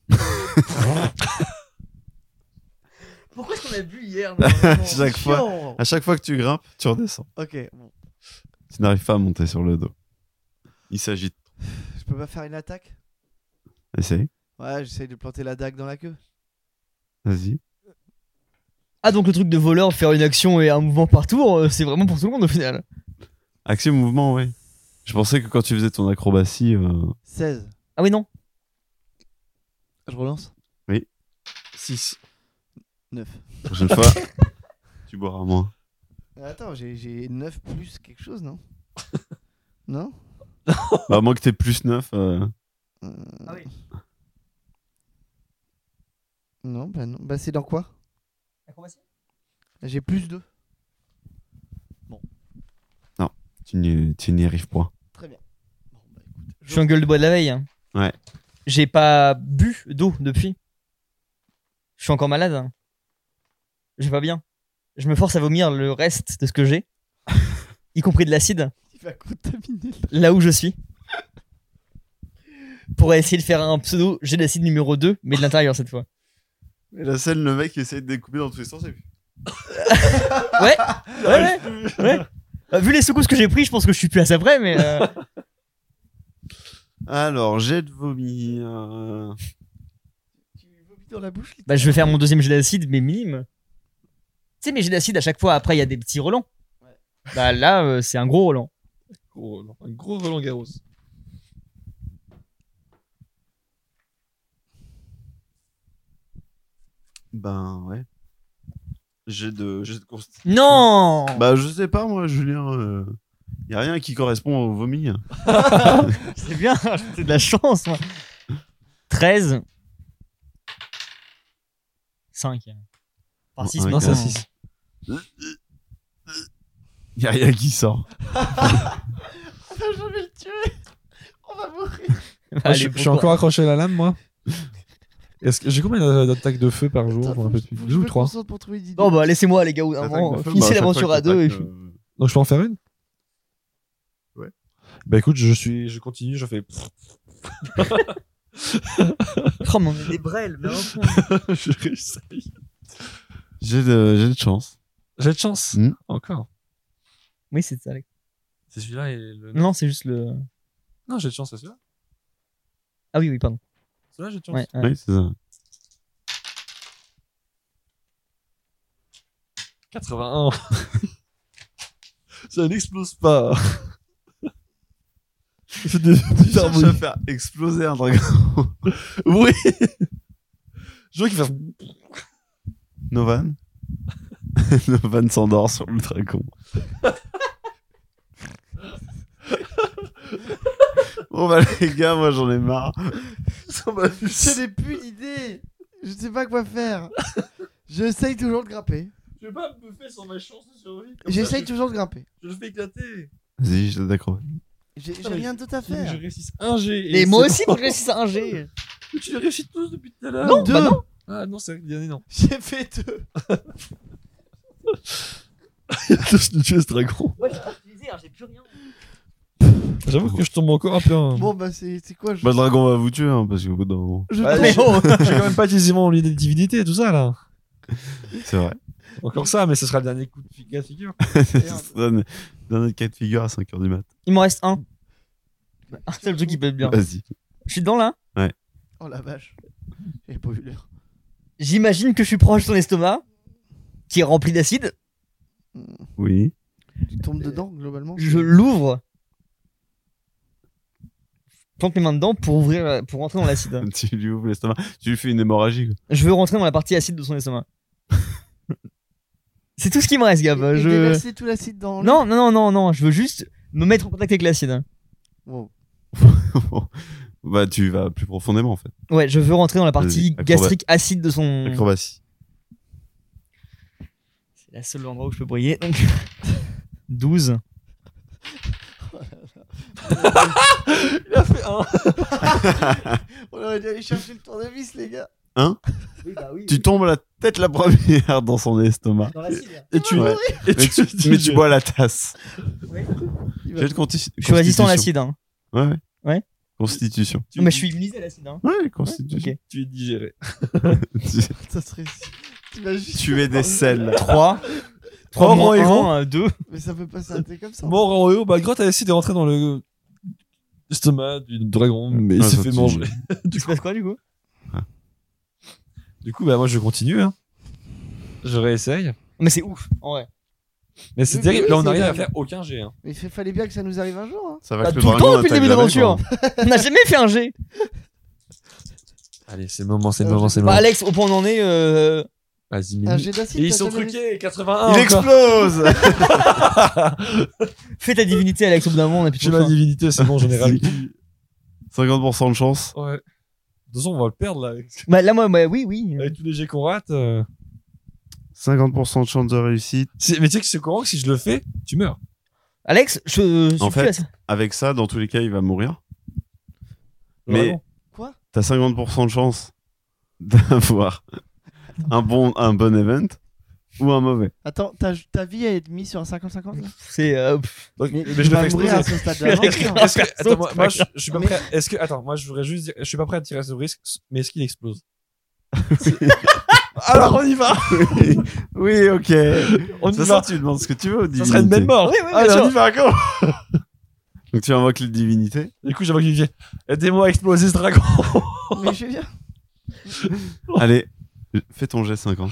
[SPEAKER 3] Pourquoi est-ce qu'on a bu hier
[SPEAKER 2] Chaque fois. À chaque fois que tu grimpes, tu redescends.
[SPEAKER 4] Ok, bon.
[SPEAKER 2] Tu n'arrives pas à monter sur le dos. Il s'agite.
[SPEAKER 4] Je peux pas faire une attaque
[SPEAKER 2] Essaye.
[SPEAKER 4] Ouais, j'essaye de planter la dague dans la queue.
[SPEAKER 2] Vas-y.
[SPEAKER 3] Ah, donc le truc de voleur, faire une action et un mouvement par tour, euh, c'est vraiment pour tout le monde au final.
[SPEAKER 2] Action mouvement, ouais. Je pensais que quand tu faisais ton acrobatie, euh,
[SPEAKER 4] 16.
[SPEAKER 3] Ah oui, non.
[SPEAKER 4] Je relance
[SPEAKER 1] 6.
[SPEAKER 4] 9.
[SPEAKER 2] la prochaine fois, tu boiras moins.
[SPEAKER 4] Euh, Attends, j'ai- j'ai 9 plus quelque chose, non Non
[SPEAKER 2] Bah, à moins que t'aies plus 9.
[SPEAKER 4] Euh,
[SPEAKER 6] Ah oui.
[SPEAKER 4] Non, bah non. Bah c'est dans quoi J'ai plus 2.
[SPEAKER 2] tu n'y tu n'y arrives pas.
[SPEAKER 4] Très bien. Bon, bah, écoute,
[SPEAKER 3] Je suis un gueule de bois de la veille. hein.
[SPEAKER 2] Ouais.
[SPEAKER 3] J'ai pas bu d'eau depuis. Je suis encore malade. hein. Je vais pas bien. Je me force à vomir le reste de ce que j'ai, y compris de l'acide,
[SPEAKER 4] il va contaminer. le-
[SPEAKER 3] là où je suis. Pour essayer de faire un pseudo j'ai d'acide numéro 2, mais de l'intérieur cette fois.
[SPEAKER 2] Et la scène, le mec essaie de découper dans tous les sens. Et puis...
[SPEAKER 3] Ouais, ouais, ouais. Euh, Vu les secousses que j'ai pris, je pense que je suis plus à ça près, mais. euh,
[SPEAKER 2] Alors, jet de vomi. euh,
[SPEAKER 4] Tu vomis dans la bouche
[SPEAKER 3] Bah, je vais faire mon deuxième jet d'acide, mais minime. Tu sais, mes jets d'acide, à chaque fois, après, il y a des petits relents. Bah là, euh, c'est un gros relan.
[SPEAKER 1] Gros, Roland- un gros Roland Garros.
[SPEAKER 2] Ben ouais. Jet de, jet de constitution.
[SPEAKER 3] Non
[SPEAKER 2] Bah je sais pas moi, Julien. Euh... Y a rien qui correspond au vomi.
[SPEAKER 3] C'est bien, c'est de la chance, moi. 13. 5. Par 6,
[SPEAKER 2] Ouais,
[SPEAKER 1] Non, c'est à
[SPEAKER 2] Non.
[SPEAKER 1] 6.
[SPEAKER 2] Y a rien qui sort.
[SPEAKER 6] Je vais le tuer. On va mourir.
[SPEAKER 1] je, je suis encore accroché à la lame, moi. Est-ce que- J'ai combien d'attaques de feu par jour
[SPEAKER 4] Attends,
[SPEAKER 1] pour un peu
[SPEAKER 4] faut que
[SPEAKER 1] Deux
[SPEAKER 4] je
[SPEAKER 1] ou
[SPEAKER 4] me
[SPEAKER 1] trois
[SPEAKER 4] concentre pour trouver une idée.
[SPEAKER 3] Bon, bah, laissez-moi, les gars, au bout d'un moment,
[SPEAKER 2] bah,
[SPEAKER 3] finissez l'aventure à deux. et puis-
[SPEAKER 1] Donc je peux en faire une
[SPEAKER 2] Ouais.
[SPEAKER 1] Bah écoute, je suis, je continue, je fais.
[SPEAKER 3] Oh, mais on est des brels, mais enfin.
[SPEAKER 2] euh,
[SPEAKER 1] je réussis.
[SPEAKER 2] J'ai de, j'ai de chance.
[SPEAKER 1] J'ai de chance.
[SPEAKER 2] Hmm.
[SPEAKER 1] Encore.
[SPEAKER 3] Oui, c'est ça. les-
[SPEAKER 1] C'est celui-là et le.
[SPEAKER 3] Non, c'est juste le.
[SPEAKER 1] Non, j'ai de chance, c'est celui-là.
[SPEAKER 3] Ah oui, oui, pardon.
[SPEAKER 1] Celui-là, j'ai de chance.
[SPEAKER 3] Ouais, ouais.
[SPEAKER 2] Oui, c'est ça.
[SPEAKER 1] 81. Ça n'explose pas. Je fais des petites
[SPEAKER 2] Tu cherches à
[SPEAKER 1] harmonies.
[SPEAKER 2] faire exploser un dragon.
[SPEAKER 1] Oui. Je vois qu'il fait.
[SPEAKER 2] Novan. Novan s'endort sur le dragon. bon bah les gars, moi j'en ai marre. Ça m'a fait chier.
[SPEAKER 4] Je n'ai plus d'idée. Je sais pas quoi faire. J'essaye toujours de grimper.
[SPEAKER 1] Je vais pas me faire sur ma chance de survie.
[SPEAKER 4] J'essaye toujours de grimper.
[SPEAKER 1] Je le fais éclater.
[SPEAKER 2] Vas-y, je d'accord.
[SPEAKER 4] J'ai j'ai
[SPEAKER 1] mais
[SPEAKER 4] rien d'autre à
[SPEAKER 1] Je
[SPEAKER 4] faire.
[SPEAKER 1] réussis un G.
[SPEAKER 3] Mais moi aussi, faut que je réussisse un G.
[SPEAKER 1] Tu réussis tous depuis tout à l'heure.
[SPEAKER 3] Non, bah
[SPEAKER 4] Deux.
[SPEAKER 3] non.
[SPEAKER 1] Ah non, c'est le dernier, non.
[SPEAKER 4] J'ai fait deux.
[SPEAKER 1] Tous nous tuer ce dragon.
[SPEAKER 3] Ouais, j'ai pas utilisé, hein, j'ai plus rien.
[SPEAKER 1] J'avoue que je tombe encore un peu. en-
[SPEAKER 4] Bon, bah c'est c'est quoi je...
[SPEAKER 2] Bah le dragon va vous tuer hein, parce qu'au bout d'un moment.
[SPEAKER 4] je-
[SPEAKER 1] Bah,
[SPEAKER 3] Mais oh
[SPEAKER 1] J'ai quand même pas utilisé mon idée de divinité et tout ça là.
[SPEAKER 2] C'est vrai.
[SPEAKER 1] Encore ça, mais ce sera le dernier coup de fi- la figure.
[SPEAKER 2] Ça donne- donne un cas de figure à 5h du mat.
[SPEAKER 3] Il m'en reste un. Un seul truc qui peut être bien.
[SPEAKER 2] Vas-y.
[SPEAKER 3] Je suis dedans là.
[SPEAKER 4] Oh la vache. J'ai pas vu l'heure.
[SPEAKER 3] J'imagine que je suis proche de son estomac, qui est rempli d'acide.
[SPEAKER 2] Oui.
[SPEAKER 4] Tu tombes dedans globalement
[SPEAKER 3] Je l'ouvre. Je plante mes mains dedans pour ouvrir, euh, pour rentrer dans l'acide.
[SPEAKER 2] Tu lui ouvres l'estomac. Tu lui fais une hémorragie. quoi.
[SPEAKER 3] Je veux rentrer dans la partie acide de son estomac. C'est tout ce qui me
[SPEAKER 1] ah
[SPEAKER 3] reste, Gab.
[SPEAKER 1] bah,
[SPEAKER 4] Et- et
[SPEAKER 3] Je...
[SPEAKER 4] déverser tout l'acide dans.
[SPEAKER 3] Non, non, non, non, non. Je veux juste me mettre en contact avec l'acide.
[SPEAKER 4] Wow.
[SPEAKER 2] bah tu vas plus profondément en fait.
[SPEAKER 3] Ouais, je veux rentrer dans la
[SPEAKER 2] Vas-y,
[SPEAKER 3] partie
[SPEAKER 2] acrobat-
[SPEAKER 3] gastrique acide de son.
[SPEAKER 2] Acrobatie.
[SPEAKER 3] C'est la seule endroit où je peux briller. Donc... 12.
[SPEAKER 1] Il a fait un.
[SPEAKER 4] On aurait dû aller chercher le tournevis, les gars.
[SPEAKER 3] Oui, bah oui.
[SPEAKER 2] Tu tombes la tête la première dans son estomac.
[SPEAKER 3] Dans l'acide.
[SPEAKER 1] Et tu.
[SPEAKER 2] Ouais.
[SPEAKER 1] Et
[SPEAKER 2] Mais tu, mais tu bois la tasse.
[SPEAKER 4] Il va-
[SPEAKER 2] J'ai de conti-
[SPEAKER 3] Je suis résistant à
[SPEAKER 2] Bah.
[SPEAKER 3] l'acide.
[SPEAKER 2] constitution.
[SPEAKER 3] Hein.
[SPEAKER 2] Ouais, ouais.
[SPEAKER 3] Ouais.
[SPEAKER 2] Constitution.
[SPEAKER 1] tu-
[SPEAKER 3] Non, mais je suis immunisé à l'acide. Hein.
[SPEAKER 2] Ouais,
[SPEAKER 3] Ouais,
[SPEAKER 2] constitution.
[SPEAKER 3] ok.
[SPEAKER 1] Tu es digéré.
[SPEAKER 4] Ça serait. T'imagines
[SPEAKER 2] tu es des selles.
[SPEAKER 3] 3.
[SPEAKER 1] Trois
[SPEAKER 3] moins
[SPEAKER 1] grands héros.
[SPEAKER 3] un, euh, deux.
[SPEAKER 4] Mais ça peut pas s'arrêter comme ça.
[SPEAKER 1] Mort en haut, bah Grotte a essayé de rentrer dans le estomac du dragon, mais il
[SPEAKER 2] Ah,
[SPEAKER 1] s'est
[SPEAKER 2] ça,
[SPEAKER 1] fait
[SPEAKER 2] tu-
[SPEAKER 1] manger.
[SPEAKER 3] Il se passe quoi du coup
[SPEAKER 1] Du coup, bah moi je continue. Hein. Je réessaye.
[SPEAKER 3] Mais c'est ouf, en vrai.
[SPEAKER 1] Mais c'est
[SPEAKER 4] Oui,
[SPEAKER 1] terrible.
[SPEAKER 4] oui,
[SPEAKER 1] Là, on
[SPEAKER 4] c'est
[SPEAKER 1] arrive à
[SPEAKER 4] dingue.
[SPEAKER 1] faire aucun G. Hein.
[SPEAKER 4] Mais il fallait bien que ça nous arrive un jour. Hein.
[SPEAKER 2] Ça va
[SPEAKER 3] Bah,
[SPEAKER 2] que le
[SPEAKER 3] tout le
[SPEAKER 2] dragon
[SPEAKER 3] temps depuis le
[SPEAKER 2] attaque
[SPEAKER 3] début de
[SPEAKER 2] la mec,
[SPEAKER 3] l'aventure.
[SPEAKER 2] quoi.
[SPEAKER 1] hein.
[SPEAKER 3] On n'a jamais fait un G.
[SPEAKER 1] Allez, c'est le moment, c'est le
[SPEAKER 4] Euh,
[SPEAKER 1] moment, c'est le
[SPEAKER 3] Bah,
[SPEAKER 1] moment.
[SPEAKER 3] Alex, au point où on en est, euh,
[SPEAKER 1] Vas-y,
[SPEAKER 4] Un
[SPEAKER 1] Mimi.
[SPEAKER 4] jet d'acide,
[SPEAKER 1] Et ils
[SPEAKER 4] t'as
[SPEAKER 1] sont
[SPEAKER 4] jamais vu
[SPEAKER 1] truqués, 81
[SPEAKER 2] Il
[SPEAKER 1] Ah, encore.
[SPEAKER 2] explose
[SPEAKER 3] fais ta divinité, Alex, au bout d'un moment, on a plus
[SPEAKER 1] J'ai
[SPEAKER 3] de
[SPEAKER 1] la
[SPEAKER 3] choix.
[SPEAKER 1] divinité, c'est bon, j'en ai ravi.
[SPEAKER 2] 50% de chance.
[SPEAKER 1] Ouais. De toute façon, on va le perdre là. Avec,
[SPEAKER 3] Bah, là, moi, bah, oui, oui.
[SPEAKER 1] avec tous les G qu'on rate. euh.
[SPEAKER 2] 50% de chance de réussite.
[SPEAKER 1] C'est- Mais tu sais que c'est courant que si je le fais, tu meurs.
[SPEAKER 3] Alex, je, euh, je suis
[SPEAKER 2] En
[SPEAKER 3] plus hein.
[SPEAKER 2] fait,
[SPEAKER 3] à ça.
[SPEAKER 2] Avec ça, dans tous les cas, il va mourir. Mais-
[SPEAKER 1] Vraiment.
[SPEAKER 4] Quoi
[SPEAKER 2] T'as 50% de chance d'avoir un bon, un bon event ou un mauvais.
[SPEAKER 4] Attends, ta, ta vie est mise sur un 50-50 là
[SPEAKER 3] C'est. euh, pff,
[SPEAKER 1] Donc,
[SPEAKER 4] Mais,
[SPEAKER 1] mais
[SPEAKER 4] tu
[SPEAKER 1] je le
[SPEAKER 4] vas
[SPEAKER 1] fais
[SPEAKER 4] mourir à
[SPEAKER 1] exploser.
[SPEAKER 4] ce stade de
[SPEAKER 3] Je
[SPEAKER 4] la
[SPEAKER 3] vais
[SPEAKER 4] mort,
[SPEAKER 3] écrire.
[SPEAKER 4] hein.
[SPEAKER 1] Est-ce que,
[SPEAKER 3] Perso,
[SPEAKER 1] attends, moi,
[SPEAKER 3] c'est
[SPEAKER 1] moi,
[SPEAKER 3] pas
[SPEAKER 1] je, je suis pas prêt. à- Est-ce que, attends, moi, je voudrais juste dire, je suis pas prêt à tirer ce risque, mais est-ce qu'il explose
[SPEAKER 2] Alors on y va Oui, ok.
[SPEAKER 1] On y
[SPEAKER 2] Ça,
[SPEAKER 1] va.
[SPEAKER 2] ça, tu demandes ce que tu veux.
[SPEAKER 1] Ça serait une belle mort. Ah, bah,
[SPEAKER 3] Oui, oui, bien
[SPEAKER 2] Allez,
[SPEAKER 3] sûr.
[SPEAKER 2] on y va encore Donc tu invoques les divinités.
[SPEAKER 1] Du coup, j'avais dit, aidez-moi à exploser ce dragon.
[SPEAKER 4] Mais je viens.
[SPEAKER 2] Allez, fais ton jet 50.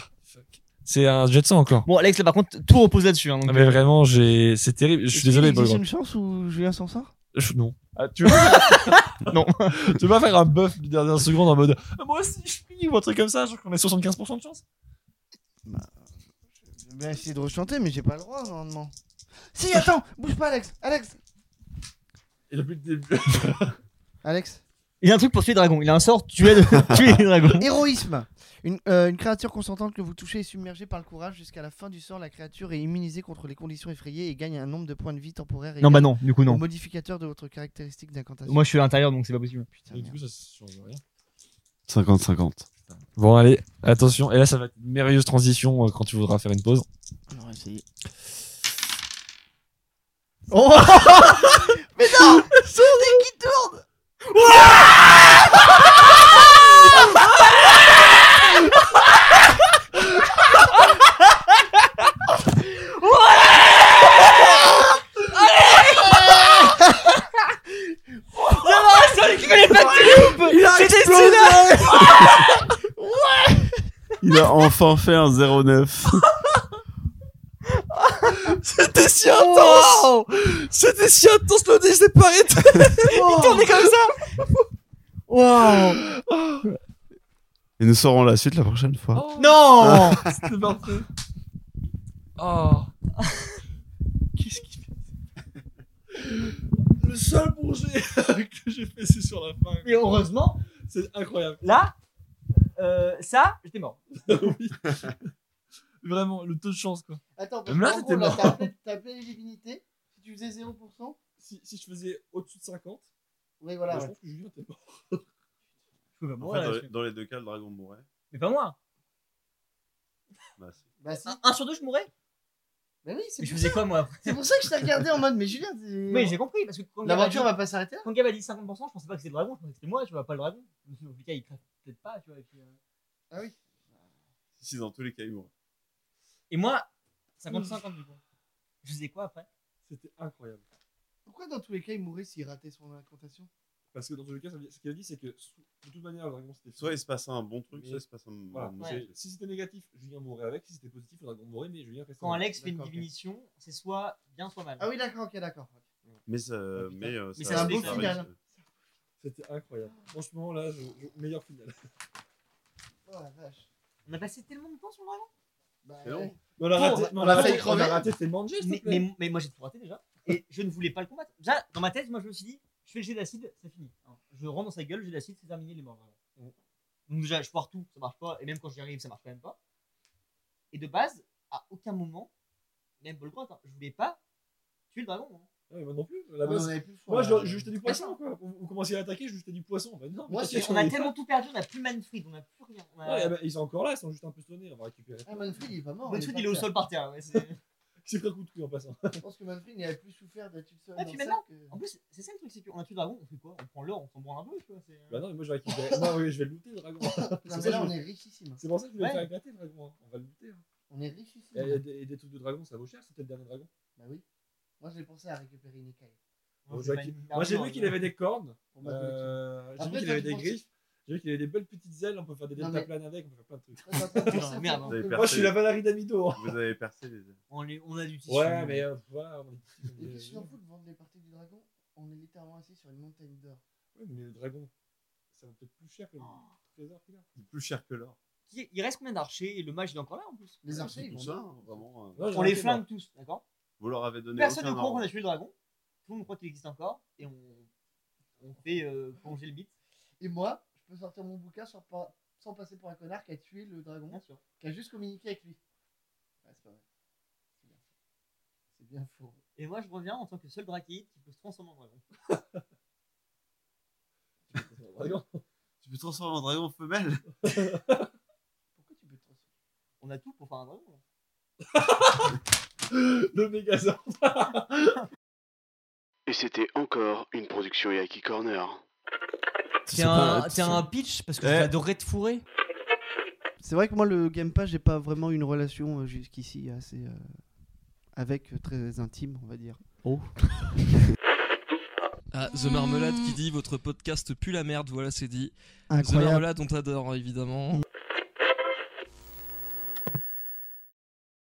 [SPEAKER 1] C'est un jet de sang encore.
[SPEAKER 3] Bon, Alex, là, par contre, tout repose là-dessus. hein, donc,
[SPEAKER 1] Ah, mais vraiment, j'ai, c'est terrible. Je suis désolé,
[SPEAKER 4] Il existe
[SPEAKER 1] Bolgrand.
[SPEAKER 4] une chance où Julien s'en sort
[SPEAKER 1] Je- Non. Ah, tu veux pas faire- non. tu veux pas faire un buff du dernière seconde en mode, Ah, moi aussi, je suis ou un truc comme ça, genre qu'on est 75% de chance.
[SPEAKER 4] J'ai bien essayé de rechanter, mais j'ai pas le droit normalement. Si, attends, bouge pas, Alex. Alex,
[SPEAKER 1] Et depuis le début.
[SPEAKER 4] Alex.
[SPEAKER 3] Il y a un truc pour tuer les dragons. Il a un sort, tuer, tuer les dragons.
[SPEAKER 4] Héroïsme. Une, euh, une créature consentante que vous touchez est submergée par le courage. Jusqu'à la fin du sort, la créature est immunisée contre les conditions effrayées et gagne un nombre de points de vie temporaires
[SPEAKER 3] Non,
[SPEAKER 4] égal
[SPEAKER 3] bah non, du coup,
[SPEAKER 4] au
[SPEAKER 3] non.
[SPEAKER 4] modificateur de votre caractéristique d'incantation.
[SPEAKER 3] Moi, je suis à l'intérieur, donc c'est pas possible.
[SPEAKER 4] Putain,
[SPEAKER 1] Et du
[SPEAKER 4] merde.
[SPEAKER 1] coup, ça change rien.
[SPEAKER 2] 50-50.
[SPEAKER 1] Bon, allez, attention. Et là, ça va être une merveilleuse transition euh, quand tu voudras faire une pause.
[SPEAKER 4] On va essayer.
[SPEAKER 2] Il a enfin fait un 09.
[SPEAKER 1] C'était si intense C'était si intense, le dé, c'est pas arrêté
[SPEAKER 3] Il tournait comme ça
[SPEAKER 2] Et nous saurons la suite la prochaine fois.
[SPEAKER 3] Oh. Non
[SPEAKER 1] C'était parfait Oh Qu'est-ce qui fait Le seul bon jet que j'ai fait, c'est sur la fin.
[SPEAKER 3] Mais heureusement,
[SPEAKER 1] C'est incroyable.
[SPEAKER 3] là, euh, ça, j'étais mort.
[SPEAKER 1] Oui. Vraiment, le taux de chance, quoi.
[SPEAKER 6] Attends, parce
[SPEAKER 1] Même là,
[SPEAKER 6] qu'en
[SPEAKER 1] c'était
[SPEAKER 6] gros, là,
[SPEAKER 1] mort.
[SPEAKER 6] t'as appelé- t'as appelé les divinités. Si tu faisais 0%,
[SPEAKER 1] Si, si je faisais au-dessus de 50,
[SPEAKER 6] oui, voilà.
[SPEAKER 1] je
[SPEAKER 6] ouais.
[SPEAKER 1] pense que Julien était mort.
[SPEAKER 3] Ouais, je fais-
[SPEAKER 2] les deux cas, le dragon mourrait.
[SPEAKER 3] Mais pas moi.
[SPEAKER 6] Bah, si.
[SPEAKER 3] Un, un sur deux, je mourrais.
[SPEAKER 6] Bah oui, c'est
[SPEAKER 3] Mais je
[SPEAKER 6] pour-
[SPEAKER 3] faisais quoi, moi après
[SPEAKER 6] c'est pour ça que je t'ai regardé en mode, mais Julien, c'est-
[SPEAKER 3] Oui, j'ai compris, parce que quand Gab a dit-
[SPEAKER 6] l'aventure va pas s'arrêter là.
[SPEAKER 3] quand Gab a dit 50%, je pensais pas que c'était le dragon, je pensais que c'était moi, je vois pas le dragon. Je me suis dit, au cas, il crève peut-être pas, tu vois. Et, puis, euh,
[SPEAKER 2] Si, dans tous les cas, il mourrait.
[SPEAKER 3] et moi, 50-50 du coup. Je faisais quoi après
[SPEAKER 1] C'était incroyable.
[SPEAKER 6] Pourquoi dans tous les cas il mourrait s'il ratait son incantation
[SPEAKER 1] Parce que dans tous les cas, ça veut dire- ce qu'elle a dit, c'est que sous- de toute manière, le dragon c'était faux.
[SPEAKER 2] Soit il se passe un bon truc,
[SPEAKER 1] Mais-
[SPEAKER 2] soit il se passe un
[SPEAKER 1] Voilà.
[SPEAKER 2] mauvais
[SPEAKER 1] C'est-
[SPEAKER 2] truc.
[SPEAKER 1] Si c'était négatif, Julien mourrait avec. Si c'était positif, le dragon mourrait, mais Julien restait.
[SPEAKER 3] Quand
[SPEAKER 1] en-
[SPEAKER 3] Alex fait une
[SPEAKER 6] D'accord, ok.
[SPEAKER 3] diminution, c'est soit bien, soit mal.
[SPEAKER 6] Ah oui, d'accord, ok, d'accord.
[SPEAKER 2] Mais, ça- mais, euh,
[SPEAKER 3] Mais
[SPEAKER 2] ça-
[SPEAKER 3] c'est un
[SPEAKER 2] ça
[SPEAKER 3] beau
[SPEAKER 2] réussit.
[SPEAKER 6] final.
[SPEAKER 1] C'était incroyable. Franchement, là, je, je- meilleur final.
[SPEAKER 6] Oh la vache.
[SPEAKER 3] On a passé tellement de temps sur le dragon.
[SPEAKER 6] Bah,
[SPEAKER 2] C'est long.
[SPEAKER 6] ouais.
[SPEAKER 1] On l'a
[SPEAKER 6] Bon,
[SPEAKER 1] raté,
[SPEAKER 6] on
[SPEAKER 1] on l'a
[SPEAKER 6] a failli
[SPEAKER 1] raté,
[SPEAKER 6] crever.
[SPEAKER 1] on a raté tellement de jeux, s'il te
[SPEAKER 3] Mais,
[SPEAKER 1] plaît.
[SPEAKER 3] mais- mais moi j'ai tout raté déjà. Et je ne voulais pas le combattre. Déjà, dans ma tête, moi je me suis dit, je fais le jet d'acide, c'est fini. Alors, Je rentre dans sa gueule, le jet d'acide, c'est terminé, il est mort. vraiment. Donc déjà, je foire tout, ça marche pas. Et même quand j'y arrive, ça marche quand même pas. Et de base, à aucun moment, même Bolgrot, hein, je voulais pas tuer le dragon. hein.
[SPEAKER 1] Ouais, Eh, moi non euh, plus. à la
[SPEAKER 4] Bah,
[SPEAKER 6] On en
[SPEAKER 1] base.
[SPEAKER 6] avait plus fort,
[SPEAKER 1] moi,
[SPEAKER 6] là.
[SPEAKER 1] je, je jetais du
[SPEAKER 3] Mais
[SPEAKER 1] poisson, quoi. Vous, vous commencez à attaquer, je jetais du poisson. Bah, non, mais
[SPEAKER 6] Moi,
[SPEAKER 1] qu'est-ce
[SPEAKER 6] c'est-
[SPEAKER 1] que
[SPEAKER 3] On
[SPEAKER 1] tu
[SPEAKER 3] a
[SPEAKER 1] veux
[SPEAKER 3] tellement tout perdu, on a plus Manfred, on a plus rien. On
[SPEAKER 1] Ouais,
[SPEAKER 3] a...
[SPEAKER 1] bah, ils sont encore là, ils sont juste un peu sonnés, on va récupérer.
[SPEAKER 6] Ah, Manfred il est pas mort.
[SPEAKER 3] Manfred,
[SPEAKER 6] est
[SPEAKER 3] il est au
[SPEAKER 6] parti,
[SPEAKER 3] sol par terre. ouais, c'est-
[SPEAKER 1] C'est très coup de cul en passant.
[SPEAKER 6] là. Je pense que Manfred il avait plus souffert d'être tout seul.
[SPEAKER 3] Ouais,
[SPEAKER 6] dans
[SPEAKER 3] puis
[SPEAKER 6] ça
[SPEAKER 3] maintenant-
[SPEAKER 6] que-
[SPEAKER 3] en plus, c'est ça le truc, c'est qu'on a tué le dragon, on fait quoi On prend l'or, on s'en branle un peu, tu vois. c'est- euh,
[SPEAKER 1] bah non, mais moi je vais récupérer. non, oui, je vais looter le dragon.
[SPEAKER 6] Non,
[SPEAKER 1] C'est
[SPEAKER 6] mais
[SPEAKER 1] ça,
[SPEAKER 6] là
[SPEAKER 1] je-
[SPEAKER 6] on est richissime.
[SPEAKER 1] C'est pour ça que je vais
[SPEAKER 3] Ouais.
[SPEAKER 1] le faire éclater, le dragon. hein. On va le looter. hein.
[SPEAKER 4] On est riche ici.
[SPEAKER 1] des, des trucs de dragon, ça vaut cher, c'était le dernier dragon.
[SPEAKER 4] Bah oui. Moi j'ai pensé à récupérer une écaille.
[SPEAKER 1] Moi, je vois qu'il- moi, j'ai vu qu'il avait des cornes, euh, j'ai vu
[SPEAKER 4] Après,
[SPEAKER 1] qu'il
[SPEAKER 4] quand
[SPEAKER 1] avait
[SPEAKER 4] tu
[SPEAKER 1] des
[SPEAKER 4] penses-
[SPEAKER 1] griffes, j'ai vu qu'il avait des belles petites ailes, on peut faire des
[SPEAKER 4] Non, mais-
[SPEAKER 1] deltaplanes avec, on peut faire plein de trucs.
[SPEAKER 4] Quand t'entends penser
[SPEAKER 3] Genre,
[SPEAKER 4] à
[SPEAKER 3] merde.
[SPEAKER 4] faire
[SPEAKER 2] Vous avez
[SPEAKER 4] un peu-
[SPEAKER 2] perdu.
[SPEAKER 1] Moi je suis la Valérie d'Amido. hein.
[SPEAKER 2] Vous avez percé les.
[SPEAKER 3] On, les- on a du tissu.
[SPEAKER 1] Ouais, mais euh, voilà. on est-
[SPEAKER 4] Et puis si on fout de vendre les parties du dragon, on est littéralement assis sur une montagne d'or.
[SPEAKER 1] Ouais, mais le dragon, ça va peut-être plus cher que le trésor qu'il a.
[SPEAKER 2] Plus cher que l'or.
[SPEAKER 3] Qui- Il reste combien d'archers Et le mage, il est encore là en plus.
[SPEAKER 4] Les archers, ils
[SPEAKER 2] tout
[SPEAKER 4] vont
[SPEAKER 2] ça, hein, vraiment. euh,
[SPEAKER 1] Non, j'ai
[SPEAKER 3] On les
[SPEAKER 1] arrêté, moi.
[SPEAKER 3] flingue tous, d'accord
[SPEAKER 2] Vous leur avez donné.
[SPEAKER 3] Personne
[SPEAKER 2] aucun
[SPEAKER 3] ne croit qu'on
[SPEAKER 2] argent.
[SPEAKER 3] a tué le dragon. Tout le monde croit qu'il existe encore. Et on, on fait euh, plonger le mythe.
[SPEAKER 4] Et moi, je peux sortir mon bouquin sans, pas- sans passer pour un connard qui a tué le dragon,
[SPEAKER 3] Bien sûr.
[SPEAKER 4] qui a juste communiqué avec lui. Ouais, c'est pas vrai. C'est bien. C'est bien faux.
[SPEAKER 3] Et moi, je reviens en tant que seul drakéide qui peut se transformer en dragon.
[SPEAKER 1] Dragon.
[SPEAKER 2] Tu peux transformer en dragon femelle.
[SPEAKER 4] Pourquoi tu peux te transformer
[SPEAKER 3] On a tout pour faire un dragon. là.
[SPEAKER 1] Le Mégazord.
[SPEAKER 7] Et c'était encore une production Yaki Corner.
[SPEAKER 3] T'es un, t'es un pitch parce que
[SPEAKER 2] Eh.
[SPEAKER 3] j'adorerais te fourrer.
[SPEAKER 8] C'est vrai que moi, le gamepad, j'ai pas vraiment une relation euh, jusqu'ici assez. euh, avec euh, très intime, on va dire.
[SPEAKER 9] Ah, The Marmelade qui dit votre podcast pue la merde, voilà c'est dit. The
[SPEAKER 8] Incroyable.
[SPEAKER 9] Marmelade, on t'adore hein, évidemment.